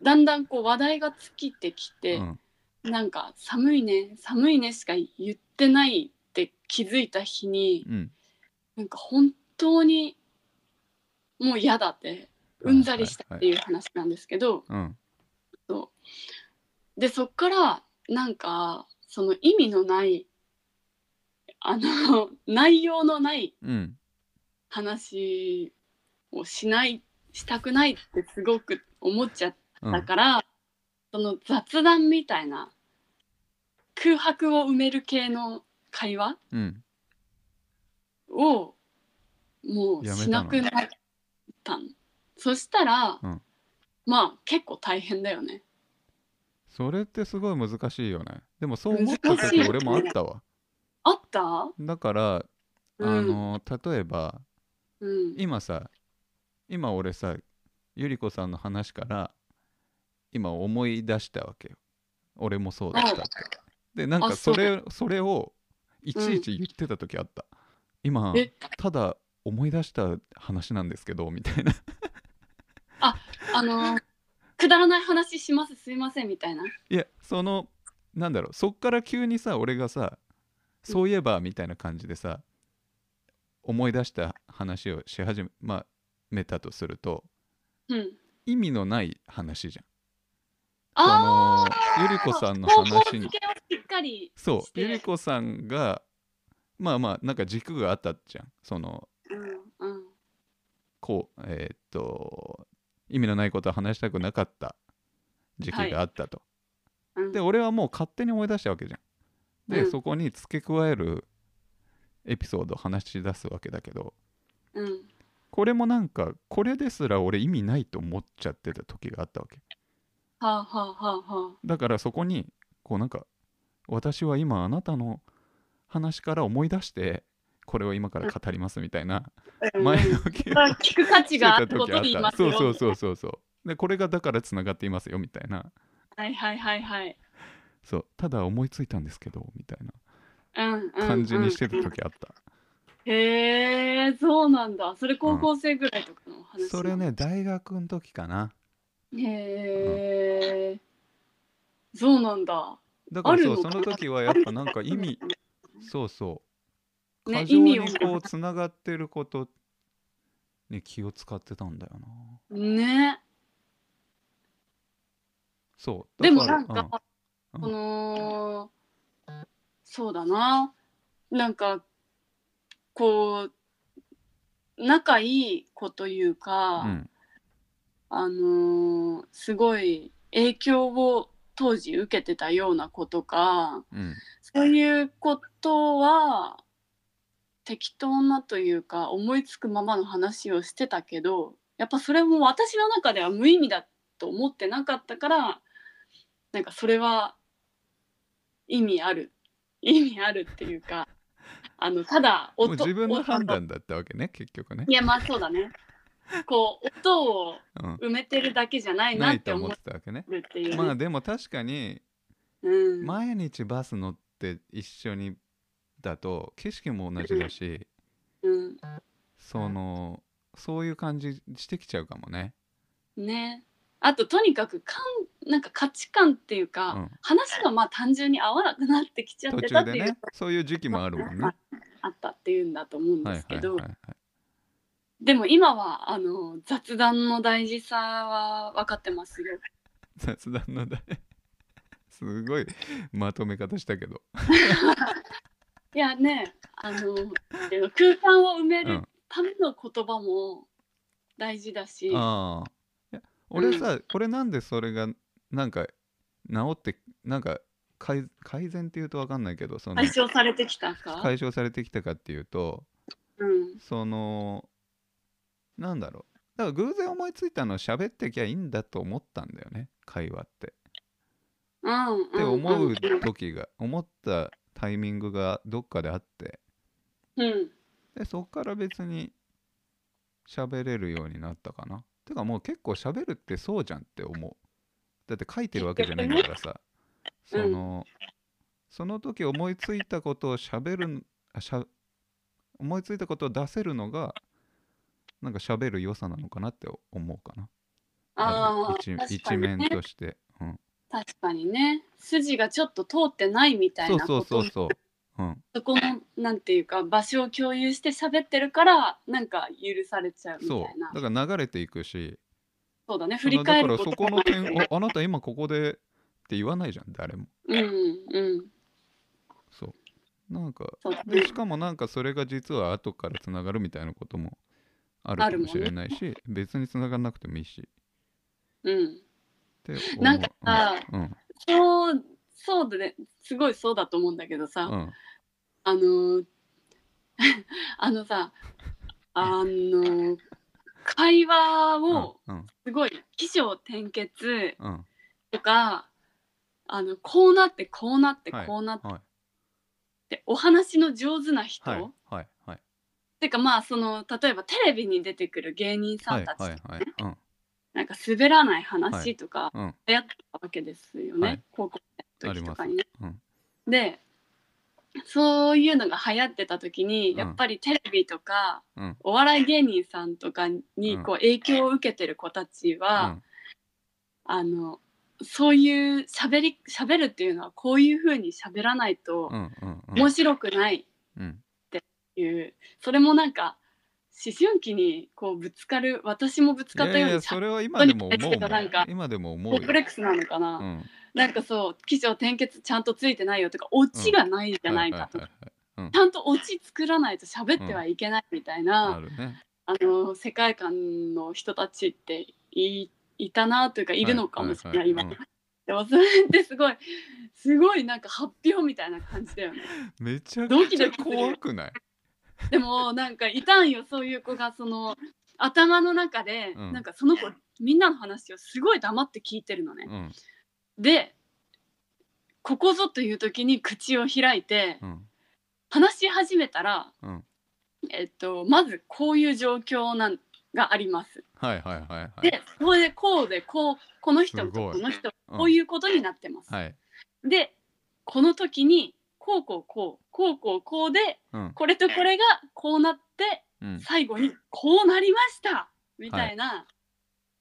[SPEAKER 2] うだんだんこう話題が尽きてきて、
[SPEAKER 1] うん
[SPEAKER 2] なんか「寒いね寒いね」しか言ってないって気づいた日に。
[SPEAKER 1] うん
[SPEAKER 2] なんか本当にもう嫌だってうんざりしたっていう話なんですけど、
[SPEAKER 1] うん
[SPEAKER 2] そうでそっからなんかその意味のないあの 内容のない
[SPEAKER 1] うん
[SPEAKER 2] 話をしないしたくないってすごく思っちゃっ
[SPEAKER 1] う
[SPEAKER 2] た
[SPEAKER 1] ん
[SPEAKER 2] から、その雑談みたいな空白を埋める系の会話
[SPEAKER 1] うん
[SPEAKER 2] をもう
[SPEAKER 1] やめたの
[SPEAKER 2] しなくなったんそしたら、
[SPEAKER 1] うん
[SPEAKER 2] まあ結構大変だよね
[SPEAKER 1] それってすごい難しいよねでもそう思った
[SPEAKER 2] 難しい
[SPEAKER 1] 時俺もあったわ
[SPEAKER 2] あった
[SPEAKER 1] だからあ
[SPEAKER 2] うん
[SPEAKER 1] の例えば
[SPEAKER 2] うん
[SPEAKER 1] 今さ今俺さゆり子さんの話から今思い出したわけよ俺もそうだったってでなんか
[SPEAKER 2] あ
[SPEAKER 1] そ
[SPEAKER 2] そ
[SPEAKER 1] うれそれをいちいち言ってた時あった、今
[SPEAKER 2] え
[SPEAKER 1] ただ思い出した話なんですけどみたいな
[SPEAKER 2] あ のくだらない話しますすいませんみたいない
[SPEAKER 1] やそのなんだろうそっから急にさ俺がさそういえばみたいな感じでさ思い出した話をし始め,、まめたとすると
[SPEAKER 2] うん
[SPEAKER 1] 意味のない話じゃんそ
[SPEAKER 2] あ
[SPEAKER 1] のゆりこさんの
[SPEAKER 2] 方向
[SPEAKER 1] 話
[SPEAKER 2] 付
[SPEAKER 1] に
[SPEAKER 2] けをしっかり
[SPEAKER 1] そ
[SPEAKER 2] し
[SPEAKER 1] う
[SPEAKER 2] て
[SPEAKER 1] ゆりこさんがまあまあなんか軸があったじゃんその
[SPEAKER 2] うんうん
[SPEAKER 1] こうえーっと意味のないことは話したくなかった時期があったと、
[SPEAKER 2] うん
[SPEAKER 1] で俺はもう勝手に思い出したわけじゃんで、
[SPEAKER 2] うん
[SPEAKER 1] そこに付け加えるエピソードを話し出すわけだけど
[SPEAKER 2] うん
[SPEAKER 1] これもなんかこれですら俺意味ないと思っちゃってた時があったわけ
[SPEAKER 2] はあはあはあはあ
[SPEAKER 1] だからそこにこうなんか私は今あなたの話から思い出してこれを今から語りますみたいな
[SPEAKER 2] うん
[SPEAKER 1] 前 置きを
[SPEAKER 2] 聞く価
[SPEAKER 1] して
[SPEAKER 2] 値があ
[SPEAKER 1] た
[SPEAKER 2] るこ
[SPEAKER 1] 時
[SPEAKER 2] と
[SPEAKER 1] あ
[SPEAKER 2] で言い
[SPEAKER 1] っ
[SPEAKER 2] ま
[SPEAKER 1] た
[SPEAKER 2] すよ
[SPEAKER 1] そうそうそうそうそうでこれがだからつながっていますよみたいな
[SPEAKER 2] はいはいはいはい
[SPEAKER 1] そうただ思いついたんですけどみたい
[SPEAKER 2] うんうんう
[SPEAKER 1] な
[SPEAKER 2] ん
[SPEAKER 1] 感じにしてた時あった
[SPEAKER 2] へえそうなんだそれ高校生ぐらいとかの話なの
[SPEAKER 1] それね大学の時かな
[SPEAKER 2] へえそうなんだ
[SPEAKER 1] だからそ
[SPEAKER 2] あ
[SPEAKER 1] う
[SPEAKER 2] るの
[SPEAKER 1] そ
[SPEAKER 2] か
[SPEAKER 1] の時はやっぱなんか意味そうそう
[SPEAKER 2] ね
[SPEAKER 1] 過剰に
[SPEAKER 2] 意味を
[SPEAKER 1] こうつながってることに気を使ってたんだよな
[SPEAKER 2] ね
[SPEAKER 1] そう
[SPEAKER 2] でも
[SPEAKER 1] だら
[SPEAKER 2] なんか、
[SPEAKER 1] うん
[SPEAKER 2] このそうだななんかこう仲いい子というか、
[SPEAKER 1] うんうん
[SPEAKER 2] あのーすごい影響を当時受けてたような子とか
[SPEAKER 1] うん
[SPEAKER 2] そういうことは適当なというか思いつくままの話をしてたけどやっぱそれも私の中では無意味だと思ってなかったからなんかそれは意味ある意味あるってい うかあのただ
[SPEAKER 1] もう
[SPEAKER 2] 音
[SPEAKER 1] 自分の判
[SPEAKER 2] 音
[SPEAKER 1] 断だったわけね結局ね
[SPEAKER 2] いやまあそうだねこう音を
[SPEAKER 1] うん
[SPEAKER 2] 埋めてるだけじゃない
[SPEAKER 1] な
[SPEAKER 2] なっ
[SPEAKER 1] い
[SPEAKER 2] て
[SPEAKER 1] と思
[SPEAKER 2] 思
[SPEAKER 1] っ
[SPEAKER 2] って
[SPEAKER 1] たわけね
[SPEAKER 2] るっていうね、
[SPEAKER 1] まあでも確かに
[SPEAKER 2] うん、
[SPEAKER 1] 毎日バス乗って一緒にだと景色も同じだし
[SPEAKER 2] うん、
[SPEAKER 1] そのそういう感じしてきちゃうかもね
[SPEAKER 2] ねあととにかくかんなんか価値観っていうか、
[SPEAKER 1] うん
[SPEAKER 2] 話がまあ単純に合わなくなってきちゃっ
[SPEAKER 1] 途
[SPEAKER 2] てた
[SPEAKER 1] 中
[SPEAKER 2] って
[SPEAKER 1] で
[SPEAKER 2] いう、
[SPEAKER 1] ねそういう時期もあるもんね
[SPEAKER 2] まああったっていうんだと思うん
[SPEAKER 1] はい
[SPEAKER 2] で
[SPEAKER 1] はい
[SPEAKER 2] すけ
[SPEAKER 1] はい
[SPEAKER 2] ど、
[SPEAKER 1] はい
[SPEAKER 2] でも今はあの雑談の大事さは分かってますよ。
[SPEAKER 1] 雑談の題 すごいまとめ方したけど
[SPEAKER 2] いやねあのでも空間を埋めるための言葉も大事だし、
[SPEAKER 1] ああいや俺さ、これなんでそれがなんか治ってなんか改改善っていうと分かんないけどその
[SPEAKER 2] 解消されてきたか、
[SPEAKER 1] 解消されてきたかっていうと
[SPEAKER 2] うん、
[SPEAKER 1] そのなんだろうだから偶然思いついたのを喋ってきゃいいんだと思ったんだよね会話って。
[SPEAKER 2] うん
[SPEAKER 1] って
[SPEAKER 2] うん
[SPEAKER 1] 思うん時が思ったタイミングがどっかであって
[SPEAKER 2] うん
[SPEAKER 1] でそっから別に喋れるようになったかな。てかもう結構喋るってそうじゃんって思う。だって書いてるわけじゃないんだからさ。そ
[SPEAKER 2] うん
[SPEAKER 1] の、その時思いついたことを喋るあしゃ思いついたことを出せるのがなんか喋る良さなのかなって思うかな。
[SPEAKER 2] あ
[SPEAKER 1] の
[SPEAKER 2] あ
[SPEAKER 1] 一
[SPEAKER 2] 確か
[SPEAKER 1] 一
[SPEAKER 2] にね
[SPEAKER 1] 面として。うん、
[SPEAKER 2] 確かにね筋がちょっと通ってないみたい
[SPEAKER 1] そう
[SPEAKER 2] なこと
[SPEAKER 1] そ
[SPEAKER 2] も
[SPEAKER 1] うそうそう。うん、
[SPEAKER 2] そこのなんていうか場所を共有して喋ってるからなんか許されちゃうみた
[SPEAKER 1] そ
[SPEAKER 2] いな
[SPEAKER 1] うだから流れていくし
[SPEAKER 2] そうだね
[SPEAKER 1] そ
[SPEAKER 2] 振
[SPEAKER 1] の
[SPEAKER 2] り
[SPEAKER 1] だ
[SPEAKER 2] 返
[SPEAKER 1] か
[SPEAKER 2] る
[SPEAKER 1] ら
[SPEAKER 2] こ
[SPEAKER 1] そ
[SPEAKER 2] と
[SPEAKER 1] こ
[SPEAKER 2] も
[SPEAKER 1] の
[SPEAKER 2] ない
[SPEAKER 1] 点 ああなた今ここでって言わないじゃん誰も
[SPEAKER 2] うんうん
[SPEAKER 1] そうなんか
[SPEAKER 2] そうだ
[SPEAKER 1] で
[SPEAKER 2] ね
[SPEAKER 1] しかもなんかそれが実は後からつながるみたいなこともあるかもしれないし、別につながらなくてもいいし
[SPEAKER 2] うん
[SPEAKER 1] って思う
[SPEAKER 2] なんかさ
[SPEAKER 1] うん
[SPEAKER 2] そうそうだねすごいそうだと思うんだけどさ、
[SPEAKER 1] うんうん
[SPEAKER 2] あの ーあのさあのー会話を
[SPEAKER 1] うん
[SPEAKER 2] すごい起承転結
[SPEAKER 1] うん
[SPEAKER 2] とかあのこうなってこうなって
[SPEAKER 1] はい
[SPEAKER 2] こうなって、
[SPEAKER 1] はい
[SPEAKER 2] お話の上手な人、
[SPEAKER 1] はいはいはい
[SPEAKER 2] てかまあその例えばテレビに出てくる芸人さ
[SPEAKER 1] は
[SPEAKER 2] ん
[SPEAKER 1] い
[SPEAKER 2] たち、
[SPEAKER 1] はいはいうん
[SPEAKER 2] なんか滑らない話とか
[SPEAKER 1] うん
[SPEAKER 2] 流行ってたわけですよね、
[SPEAKER 1] はい
[SPEAKER 2] 高校生の時とかにね。
[SPEAKER 1] うん
[SPEAKER 2] でそういうのが流行ってた時に、
[SPEAKER 1] うん
[SPEAKER 2] やっぱりテレビとか、
[SPEAKER 1] うん
[SPEAKER 2] お笑い芸人さんとかに
[SPEAKER 1] うん
[SPEAKER 2] こう影響を受けてる子たち
[SPEAKER 1] う
[SPEAKER 2] は、
[SPEAKER 1] ん
[SPEAKER 2] あのそういう喋り喋るっていうのはこういう風に喋らないと
[SPEAKER 1] うんうんうん
[SPEAKER 2] 面白くない
[SPEAKER 1] うん
[SPEAKER 2] いうそれもなんか思春期にこうぶつかる私もぶ
[SPEAKER 1] い
[SPEAKER 2] つかっ
[SPEAKER 1] や
[SPEAKER 2] た
[SPEAKER 1] い
[SPEAKER 2] よう
[SPEAKER 1] や
[SPEAKER 2] に
[SPEAKER 1] そ
[SPEAKER 2] さ
[SPEAKER 1] れは今でも思うも
[SPEAKER 2] 本当になんか
[SPEAKER 1] ん今でも思
[SPEAKER 2] コ
[SPEAKER 1] う
[SPEAKER 2] ンプ
[SPEAKER 1] よ
[SPEAKER 2] レックスなのかな、
[SPEAKER 1] うん
[SPEAKER 2] なんかそう起承転結ちゃんとついてないよとかオチがないじゃないかと
[SPEAKER 1] は
[SPEAKER 2] か、
[SPEAKER 1] いはいはい
[SPEAKER 2] ちゃんとオチ作らないと喋ってはいけないみたいな、
[SPEAKER 1] はいあるね
[SPEAKER 2] あの世界観の人たちっていいたなというかいるのかもしれない、
[SPEAKER 1] はは
[SPEAKER 2] 今。でもそれってすごいすごいなんか発表みたいな感じだよね。
[SPEAKER 1] うんめちゃ
[SPEAKER 2] ド
[SPEAKER 1] く
[SPEAKER 2] キ
[SPEAKER 1] ちゃ
[SPEAKER 2] ドキする
[SPEAKER 1] 怖くない
[SPEAKER 2] でもなんかいたんよそういう子がその頭の中で、
[SPEAKER 1] うん
[SPEAKER 2] なんかその子みんなの話をすごい黙って聞いてるのね。
[SPEAKER 1] うん
[SPEAKER 2] でここぞという時に口を開いて
[SPEAKER 1] うん
[SPEAKER 2] 話し始めたら、
[SPEAKER 1] うん
[SPEAKER 2] えっと、まずこういう状況なんがあります。
[SPEAKER 1] はいはいはいはい
[SPEAKER 2] でこれでこうでこうこの人
[SPEAKER 1] す
[SPEAKER 2] と
[SPEAKER 1] ごい
[SPEAKER 2] この人
[SPEAKER 1] うん
[SPEAKER 2] こういうことになってます。
[SPEAKER 1] はい
[SPEAKER 2] でこの時にこうこうこうこうこうこうで
[SPEAKER 1] うん
[SPEAKER 2] これとこれがこうなって
[SPEAKER 1] うん
[SPEAKER 2] 最後にこうなりましたみたいな、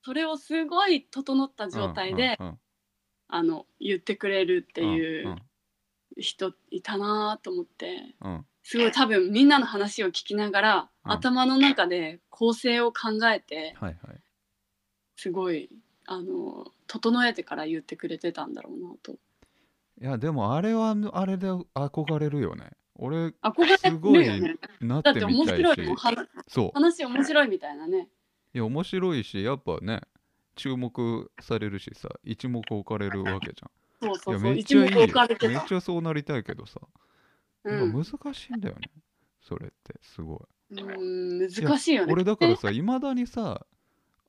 [SPEAKER 2] それをすごい整った状態で、
[SPEAKER 1] うんうんうん
[SPEAKER 2] あの言ってくれるってい
[SPEAKER 1] ん
[SPEAKER 2] う人いたなと思って
[SPEAKER 1] うんうん
[SPEAKER 2] すごい多分みんなの話を聞きながら、
[SPEAKER 1] うん
[SPEAKER 2] 頭の中で構成を考えて
[SPEAKER 1] はいはい
[SPEAKER 2] すごいあの整えてから言ってくれてたんだろうなと
[SPEAKER 1] いやでもあれはあれで憧れるよね俺
[SPEAKER 2] 憧れるよね
[SPEAKER 1] なっ
[SPEAKER 2] だってて
[SPEAKER 1] み
[SPEAKER 2] 面
[SPEAKER 1] た
[SPEAKER 2] 白
[SPEAKER 1] い
[SPEAKER 2] いもん
[SPEAKER 1] し
[SPEAKER 2] 話
[SPEAKER 1] そう
[SPEAKER 2] 話面白いみたいなね
[SPEAKER 1] いや面白いしやっぱね注目されるしさ一目置かれるわけじ
[SPEAKER 2] そう
[SPEAKER 1] ゃんい
[SPEAKER 2] そうそ
[SPEAKER 1] やめ
[SPEAKER 2] う
[SPEAKER 1] っ
[SPEAKER 2] 一
[SPEAKER 1] ちゃ
[SPEAKER 2] 目
[SPEAKER 1] いい
[SPEAKER 2] 置かれて、
[SPEAKER 1] よめったちゃそうなりたいけどさ、
[SPEAKER 2] う
[SPEAKER 1] やっぱ
[SPEAKER 2] ん、
[SPEAKER 1] 難しいんだよねそれってすごい
[SPEAKER 2] うん難しいよね
[SPEAKER 1] 俺だからさいまだにさ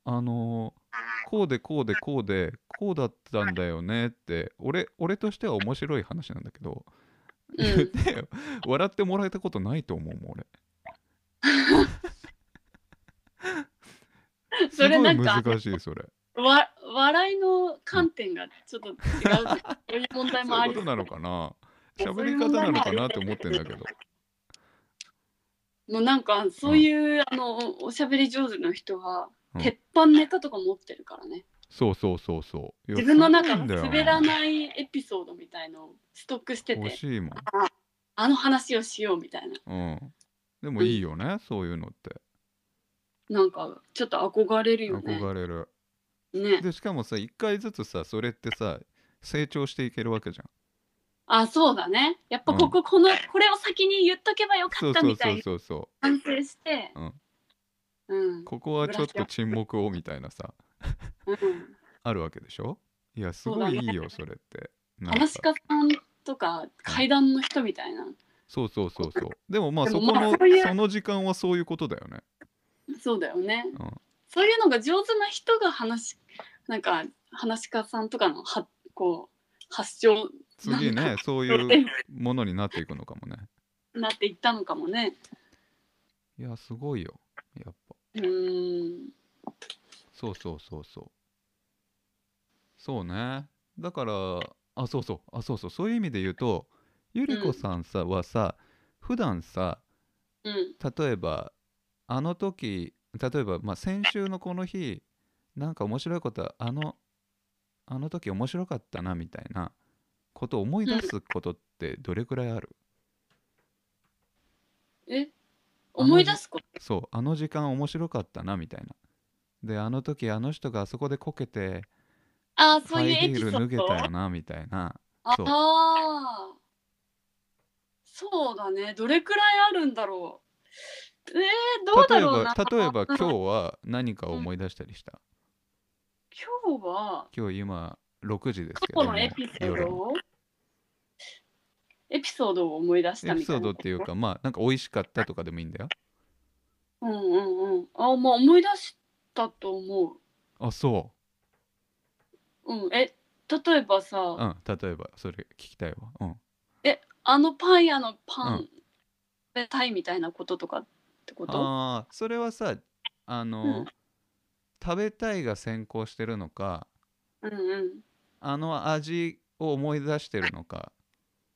[SPEAKER 1] あのーこうでこうでこうでこうだったんだよねって俺俺としては面白い話なんだけど、
[SPEAKER 2] うん
[SPEAKER 1] 言ってよ笑ってもらえたことないと思うもん俺す
[SPEAKER 2] それ
[SPEAKER 1] ご
[SPEAKER 2] ないんか
[SPEAKER 1] 難しいそれ
[SPEAKER 2] わ笑いの観点がちょっと違う、そういう問題も
[SPEAKER 1] そう
[SPEAKER 2] あ
[SPEAKER 1] いう
[SPEAKER 2] り
[SPEAKER 1] ことなのかな
[SPEAKER 2] そう
[SPEAKER 1] 喋り方なのかなって思ってんだけど
[SPEAKER 2] もうなんかそういう、あのおしゃべり上手の人は、
[SPEAKER 1] うん
[SPEAKER 2] 鉄板ネタとか持ってるからね
[SPEAKER 1] そうそうそうそういや
[SPEAKER 2] 自分の中
[SPEAKER 1] すごいんだ
[SPEAKER 2] の
[SPEAKER 1] よ
[SPEAKER 2] 滑らないエピソードみたいのをストックして
[SPEAKER 1] 欲
[SPEAKER 2] て
[SPEAKER 1] しいも、
[SPEAKER 2] あの話をしようみたいなん
[SPEAKER 1] うん、でもいいよね、そういうのって
[SPEAKER 2] なんかちょっと憧れるよね
[SPEAKER 1] 憧れる
[SPEAKER 2] ね
[SPEAKER 1] でしかもさ1回ずつさそれってさ成長していけるわけじゃん
[SPEAKER 2] あそうだねやっぱ
[SPEAKER 1] うん
[SPEAKER 2] ここ、このこれを先に言っとけばよか
[SPEAKER 1] そ
[SPEAKER 2] っ
[SPEAKER 1] う
[SPEAKER 2] た
[SPEAKER 1] そう
[SPEAKER 2] みた
[SPEAKER 1] そ
[SPEAKER 2] いうに
[SPEAKER 1] そうそ
[SPEAKER 2] 反省して
[SPEAKER 1] うん
[SPEAKER 2] う
[SPEAKER 1] う
[SPEAKER 2] ん
[SPEAKER 1] ここはちょっと沈黙をみたいなさ
[SPEAKER 2] うん
[SPEAKER 1] あるわけでしょいやすごいいいよそれってなん
[SPEAKER 2] ア
[SPEAKER 1] か
[SPEAKER 2] ナシカさんとか階段の人みたいな、
[SPEAKER 1] そうそうそうそうでもまあ
[SPEAKER 2] で
[SPEAKER 1] そ
[SPEAKER 2] も
[SPEAKER 1] こ
[SPEAKER 2] まあ
[SPEAKER 1] の
[SPEAKER 2] そういう
[SPEAKER 1] その時間はそういうことだよね
[SPEAKER 2] そうだよね、
[SPEAKER 1] うん
[SPEAKER 2] そういうのが上手な人が話しなんか話し家さんとかのはこう発祥
[SPEAKER 1] 次 ねそういう
[SPEAKER 2] に
[SPEAKER 1] ものになっていくのかもね
[SPEAKER 2] なっていったのかもね
[SPEAKER 1] いやすごいよやっぱ
[SPEAKER 2] うーん
[SPEAKER 1] そうそうそうそうそうねだからあそうそうあそうそうそういう意味で言うとゆりこさんさ、はさ普段さ
[SPEAKER 2] うん
[SPEAKER 1] 例えばあの時例えば、まあ、先週のこの日なんか面白いことあのあの時面白かったなみたいなことを思い出すことってどれくらいある、
[SPEAKER 2] え思い出すこと
[SPEAKER 1] そうあの時間面白かったなみたいなであの時あの人があそこでこけて
[SPEAKER 2] ああそ
[SPEAKER 1] ハ
[SPEAKER 2] ういう
[SPEAKER 1] イ
[SPEAKER 2] エ
[SPEAKER 1] ヒ
[SPEAKER 2] ピソ
[SPEAKER 1] ール脱
[SPEAKER 2] ー
[SPEAKER 1] げ
[SPEAKER 2] ド
[SPEAKER 1] たよなみたいな
[SPEAKER 2] あ
[SPEAKER 1] そう
[SPEAKER 2] あーそうだねどれくらいあるんだろうえー、どう
[SPEAKER 1] 例
[SPEAKER 2] だ
[SPEAKER 1] え
[SPEAKER 2] ろう
[SPEAKER 1] ば
[SPEAKER 2] な
[SPEAKER 1] 例えば今日は何か思い出したりした、
[SPEAKER 2] 今日は
[SPEAKER 1] 今日今6時です
[SPEAKER 2] 過
[SPEAKER 1] けど
[SPEAKER 2] 去
[SPEAKER 1] も
[SPEAKER 2] のエピソー
[SPEAKER 1] 夜
[SPEAKER 2] ド
[SPEAKER 1] の
[SPEAKER 2] をエピソードを思い出した
[SPEAKER 1] エ
[SPEAKER 2] み
[SPEAKER 1] ピソ
[SPEAKER 2] た
[SPEAKER 1] ー
[SPEAKER 2] いな
[SPEAKER 1] ドっていうかまあなんか美味しかったとかでもいいんだよ
[SPEAKER 2] うんうんうんあまあ思い出したと思
[SPEAKER 1] あそう
[SPEAKER 2] うんえ例えばさ、
[SPEAKER 1] うん、例えばそれ聞きたいわ。うん、
[SPEAKER 2] あのパン屋のパ
[SPEAKER 1] う
[SPEAKER 2] ン食べたいみたいなこととかってこと
[SPEAKER 1] ああそれはさあの、
[SPEAKER 2] うん
[SPEAKER 1] 食べたいが先行してるのか
[SPEAKER 2] うんうん
[SPEAKER 1] あの味を思い出してるのか。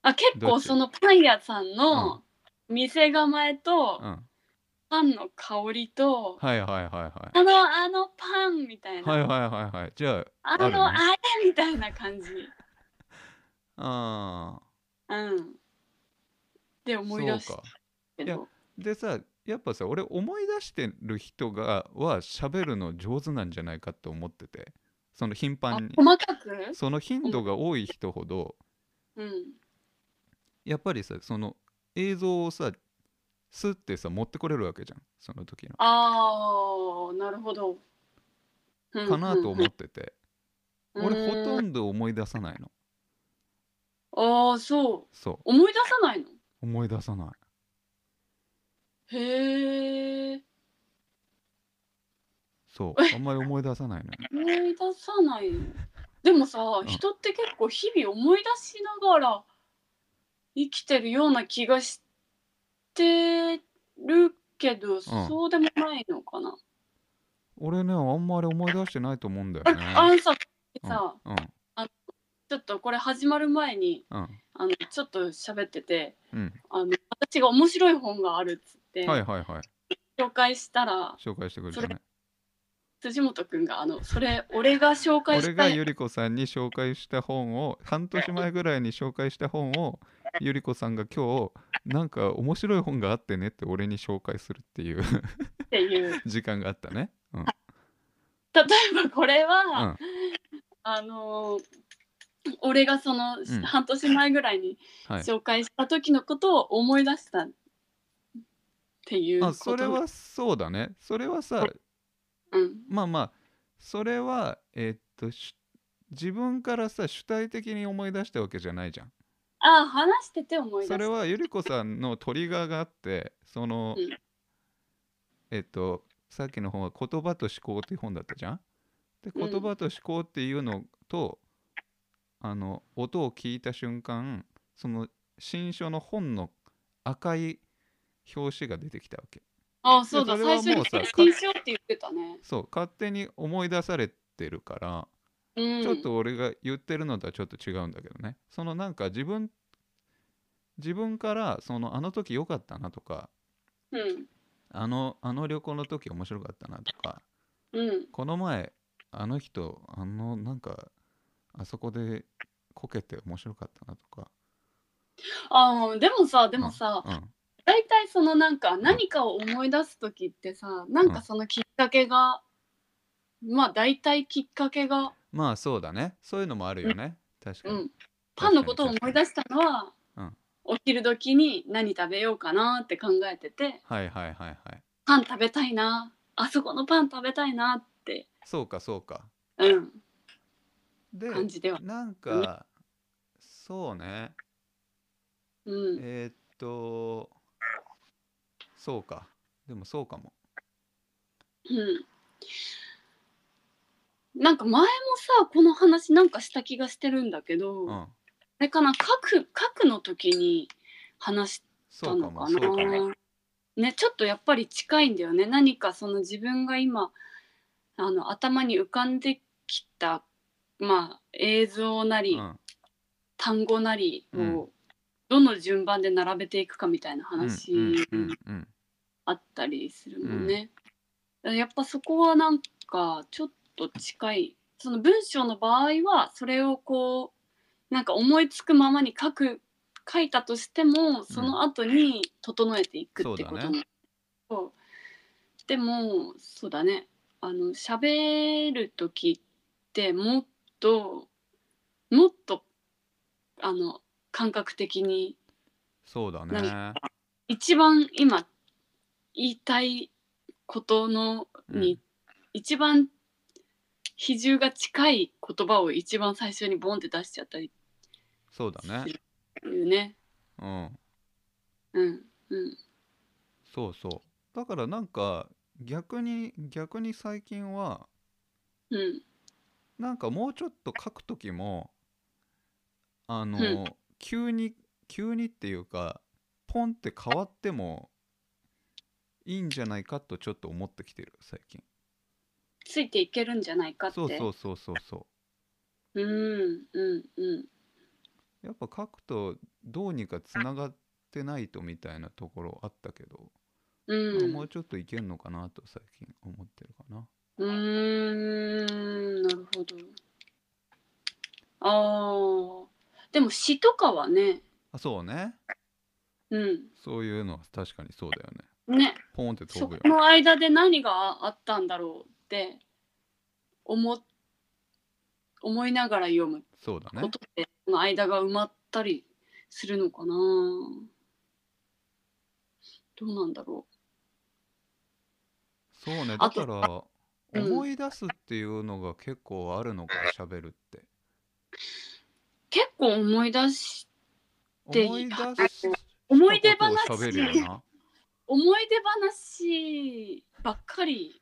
[SPEAKER 2] あ結
[SPEAKER 1] どっ
[SPEAKER 2] 構
[SPEAKER 1] ち
[SPEAKER 2] そのパン屋さんの店構えと
[SPEAKER 1] うん、
[SPEAKER 2] パンの香りと、
[SPEAKER 1] はいはいはいは
[SPEAKER 2] あのあのパンみたい
[SPEAKER 1] い。
[SPEAKER 2] な、
[SPEAKER 1] はいはいはいはい。じゃ
[SPEAKER 2] あ
[SPEAKER 1] あるね
[SPEAKER 2] のあれみたいな感じ
[SPEAKER 1] ああ
[SPEAKER 2] うんで
[SPEAKER 1] ー
[SPEAKER 2] 思い出し
[SPEAKER 1] そうか
[SPEAKER 2] た。け
[SPEAKER 1] いや
[SPEAKER 2] ど
[SPEAKER 1] でさやっぱさ俺思い出してる人がは喋るの上手なんじゃないかって思っててその頻
[SPEAKER 2] あ
[SPEAKER 1] 繁に
[SPEAKER 2] 細かく、
[SPEAKER 1] その頻度が多い人ほど
[SPEAKER 2] うん、
[SPEAKER 1] やっぱりさその映像をさスッてさ持ってこれるわけじゃんその時の。
[SPEAKER 2] ああなるほど。うん
[SPEAKER 1] かなと思ってて、
[SPEAKER 2] うん
[SPEAKER 1] 俺ほ
[SPEAKER 2] う
[SPEAKER 1] と
[SPEAKER 2] ん
[SPEAKER 1] んど思い出さないの
[SPEAKER 2] ああそう
[SPEAKER 1] そ
[SPEAKER 2] 思い出さないの
[SPEAKER 1] う思い出さない
[SPEAKER 2] へえ
[SPEAKER 1] そうあんまり思い出さないのよ
[SPEAKER 2] 思い出さないのでもさ、
[SPEAKER 1] ん
[SPEAKER 2] 人って結構日々思い出しながら生きてるような気がしてるけど、そうでもないのかな。
[SPEAKER 1] 俺ねあんまり思い出してないと思うんだよ
[SPEAKER 2] あ
[SPEAKER 1] ね
[SPEAKER 2] あのさ
[SPEAKER 1] うん
[SPEAKER 2] さ、
[SPEAKER 1] うん
[SPEAKER 2] ちょっとこれ始まる前に
[SPEAKER 1] うん
[SPEAKER 2] あのちょっと喋ってて
[SPEAKER 1] うん、
[SPEAKER 2] あの私が面白い本があるっつって、
[SPEAKER 1] はいはいはい
[SPEAKER 2] 紹介したら
[SPEAKER 1] 紹介してくれた
[SPEAKER 2] そ
[SPEAKER 1] ね
[SPEAKER 2] 辻本くんがあのそれ俺が紹介
[SPEAKER 1] 俺
[SPEAKER 2] した
[SPEAKER 1] が
[SPEAKER 2] い
[SPEAKER 1] ゆりこさんに紹介した本を半年前ぐらいに紹介した本をゆりこさんが今日なんか面白い本があってねって俺に紹介するっていう
[SPEAKER 2] っていう例え
[SPEAKER 1] 時間があったねうん、
[SPEAKER 2] ばこれは、
[SPEAKER 1] うん、
[SPEAKER 2] あのー俺がその、
[SPEAKER 1] ん
[SPEAKER 2] 半年前ぐらいに
[SPEAKER 1] はい
[SPEAKER 2] 紹介した時のことを思い出したっていうこと
[SPEAKER 1] あそれはそうだねそれはさ
[SPEAKER 2] うん
[SPEAKER 1] まあまあそれはえーっとし自分からさ主体的に思い出したわけじゃないじゃん
[SPEAKER 2] あ話してて思い出した
[SPEAKER 1] それはゆりこさんのトリガーがあってその、
[SPEAKER 2] うん
[SPEAKER 1] えっとさっきの本は「言葉と思考」っていう本だったじゃん。で
[SPEAKER 2] う
[SPEAKER 1] 言
[SPEAKER 2] ん
[SPEAKER 1] 葉と思考っていうのと、あの音を聞いた瞬間その新書の本の赤い表紙が出てきたわけ。
[SPEAKER 2] あそうだ
[SPEAKER 1] それ
[SPEAKER 2] 最
[SPEAKER 1] は
[SPEAKER 2] 初
[SPEAKER 1] もう
[SPEAKER 2] に
[SPEAKER 1] さ
[SPEAKER 2] 「新書」って言ってたね、
[SPEAKER 1] そう勝手に思い出されてるから、
[SPEAKER 2] うん、
[SPEAKER 1] ちょっと俺が言ってるのとはちょっと違うんだけどねそのなんか自分自分からそのあの時良かったなとか
[SPEAKER 2] うん
[SPEAKER 1] あのあの旅行の時面白かったなとか
[SPEAKER 2] うん
[SPEAKER 1] この前あの人あのなんかあそこでこけて面白かったなとか
[SPEAKER 2] あーでもさでもさ、
[SPEAKER 1] うん
[SPEAKER 2] 大体そのなんか何かを思い出す時ってさなんかそのきっかけが、まあ大体きっかけが
[SPEAKER 1] まあそうだねそういうのもあるよね、確か
[SPEAKER 2] う
[SPEAKER 1] に、
[SPEAKER 2] ん、パンのことを思い出したのは、
[SPEAKER 1] うん
[SPEAKER 2] お昼時に何食べようかなって考えてて
[SPEAKER 1] はいはいはいはい
[SPEAKER 2] パン食べたいなあそこのパン食べたいなって、
[SPEAKER 1] そうかそうか
[SPEAKER 2] うん、
[SPEAKER 1] で
[SPEAKER 2] 感じでは
[SPEAKER 1] なんかそうね
[SPEAKER 2] うん、
[SPEAKER 1] えーっとそうかでもそうかも
[SPEAKER 2] うん、なんか前もさこの話なんかした気がしてるんだけど、
[SPEAKER 1] う
[SPEAKER 2] あ
[SPEAKER 1] ん
[SPEAKER 2] れかな書く書くの時に話し
[SPEAKER 1] そ
[SPEAKER 2] た
[SPEAKER 1] うか
[SPEAKER 2] の
[SPEAKER 1] も
[SPEAKER 2] か
[SPEAKER 1] そう
[SPEAKER 2] な
[SPEAKER 1] かも
[SPEAKER 2] ね、ちょっとやっぱり近いんだよね何かその自分が今あの頭に浮かんできた、まあ、映像なり、
[SPEAKER 1] うん
[SPEAKER 2] 単語なりを、
[SPEAKER 1] うん
[SPEAKER 2] どの順番で並べていくかみたいな話
[SPEAKER 1] うんうんうん
[SPEAKER 2] あったりするもんね。やっぱそこはなんかちょっと近いその文章の場合はそれをこうなんか思いつくままに書く書いたとしてもその後に整えていくってこと
[SPEAKER 1] そうだ
[SPEAKER 2] も、そうでもそうだねあの喋る時ってもっともっとあの感覚的に
[SPEAKER 1] そうだ
[SPEAKER 2] な
[SPEAKER 1] ね
[SPEAKER 2] 一番今言いたいことのに、
[SPEAKER 1] うん
[SPEAKER 2] 一番比重が近い言葉を一番最初にボンって出しちゃったり
[SPEAKER 1] そうだね
[SPEAKER 2] っていうね。
[SPEAKER 1] うん
[SPEAKER 2] うんうん
[SPEAKER 1] そうそうだからなんか逆に逆に最近は
[SPEAKER 2] うん
[SPEAKER 1] なんかもうちょっと書く時もあの、
[SPEAKER 2] う
[SPEAKER 1] 急に急にっていうかポンって変わってもいいんじゃないかとちょっと思ってきてる最近
[SPEAKER 2] ついていけるんじゃないかって。
[SPEAKER 1] そうそうそうそうそう
[SPEAKER 2] うんうんうん
[SPEAKER 1] やっぱ書くとどうにかつながってないとみたいなところあったけど、
[SPEAKER 2] う
[SPEAKER 1] まあ
[SPEAKER 2] ん
[SPEAKER 1] もうちょっといけんのかなと最近思ってるかな。
[SPEAKER 2] うーんなるほど。あーでも詩とかはね、
[SPEAKER 1] あそうね
[SPEAKER 2] うん
[SPEAKER 1] そういうのは確かにそうだよね。
[SPEAKER 2] ね
[SPEAKER 1] ポンって飛
[SPEAKER 2] そ
[SPEAKER 1] ぶ
[SPEAKER 2] こ
[SPEAKER 1] よね。
[SPEAKER 2] の間で何があったんだろうって思っ思いながら読む
[SPEAKER 1] そうだ
[SPEAKER 2] こ
[SPEAKER 1] ね
[SPEAKER 2] と。で、その間が埋まったりするのかなどうなんだろ
[SPEAKER 1] そうねだ
[SPEAKER 2] あ
[SPEAKER 1] か
[SPEAKER 2] と
[SPEAKER 1] ら
[SPEAKER 2] うん
[SPEAKER 1] 思い出すっていうのが結構あるのか喋るって。
[SPEAKER 2] う結構思い出しで
[SPEAKER 1] 思い出す
[SPEAKER 2] 思い出
[SPEAKER 1] こ
[SPEAKER 2] 話
[SPEAKER 1] とを喋るよな。
[SPEAKER 2] 思い出話ばっかり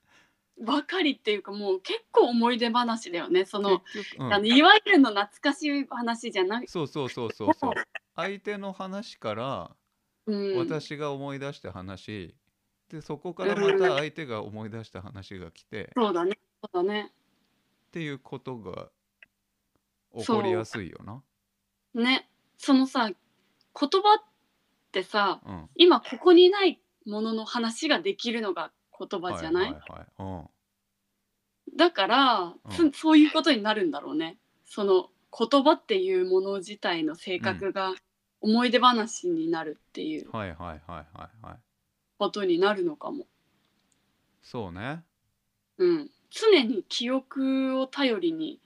[SPEAKER 2] ばっかりっていうかもう結構思い出話だよねその,、
[SPEAKER 1] 結局、う
[SPEAKER 2] あの
[SPEAKER 1] ん、
[SPEAKER 2] いわゆるの懐かしい話じゃない、
[SPEAKER 1] そうそうそうそうそう。相手の話から
[SPEAKER 2] うん、
[SPEAKER 1] 私が思い出した話でそこからまた相手が思い出した話が来てっ
[SPEAKER 2] そうだねそうだね
[SPEAKER 1] ていうことが起こりやすいよな。
[SPEAKER 2] ねそのさ言葉ってさ
[SPEAKER 1] うん
[SPEAKER 2] 今ここにないものの話ができるのが言葉じゃない、
[SPEAKER 1] はいはいはいうん
[SPEAKER 2] だから、つ
[SPEAKER 1] うん
[SPEAKER 2] そういうことになるんだろうねその言葉っていうもの自体の性格が思い出話になるっていう
[SPEAKER 1] はいはいはいはいはい
[SPEAKER 2] ことになるのかも。
[SPEAKER 1] そうね
[SPEAKER 2] うん、常に記憶を頼りに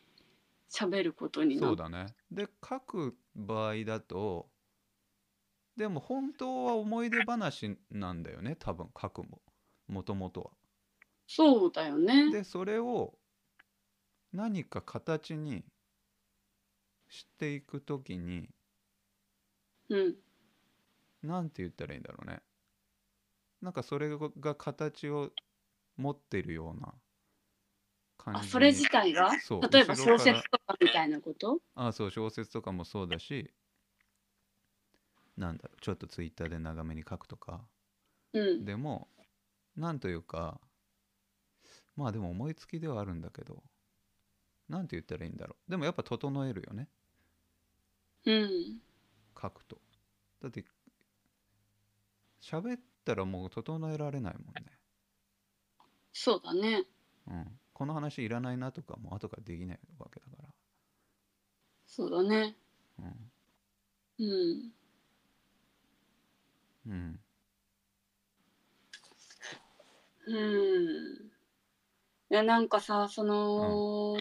[SPEAKER 2] 喋ることになる
[SPEAKER 1] そうだねで書く場合だとでも本当は思い出話なんだよね多分書くももともとは
[SPEAKER 2] そうだよね。
[SPEAKER 1] でそれを何か形にしていくときに
[SPEAKER 2] うん、
[SPEAKER 1] 何て言ったらいいんだろうねなんかそれが形を持ってるような感
[SPEAKER 2] あ
[SPEAKER 1] じに
[SPEAKER 2] それ自体が
[SPEAKER 1] そう
[SPEAKER 2] 例えば
[SPEAKER 1] 後ろ
[SPEAKER 2] 小
[SPEAKER 1] から
[SPEAKER 2] 説とかみたいなこと
[SPEAKER 1] あそう小説とかもそうだしなんだろうちょっとツイッターで長めに書くとか
[SPEAKER 2] うん
[SPEAKER 1] でもなんというかまあでも思いつきではあるんだけどなんて言ったらいいんだろうでもやっぱ整えるよね
[SPEAKER 2] うん
[SPEAKER 1] 書くとだって喋ったらもう整えられないもんね
[SPEAKER 2] そうだね
[SPEAKER 1] うん、この話いらないなとかも後からできないわけだか
[SPEAKER 2] そうだね
[SPEAKER 1] ら、
[SPEAKER 2] う
[SPEAKER 1] う
[SPEAKER 2] ん
[SPEAKER 1] んうん、
[SPEAKER 2] うんいやなんかさその、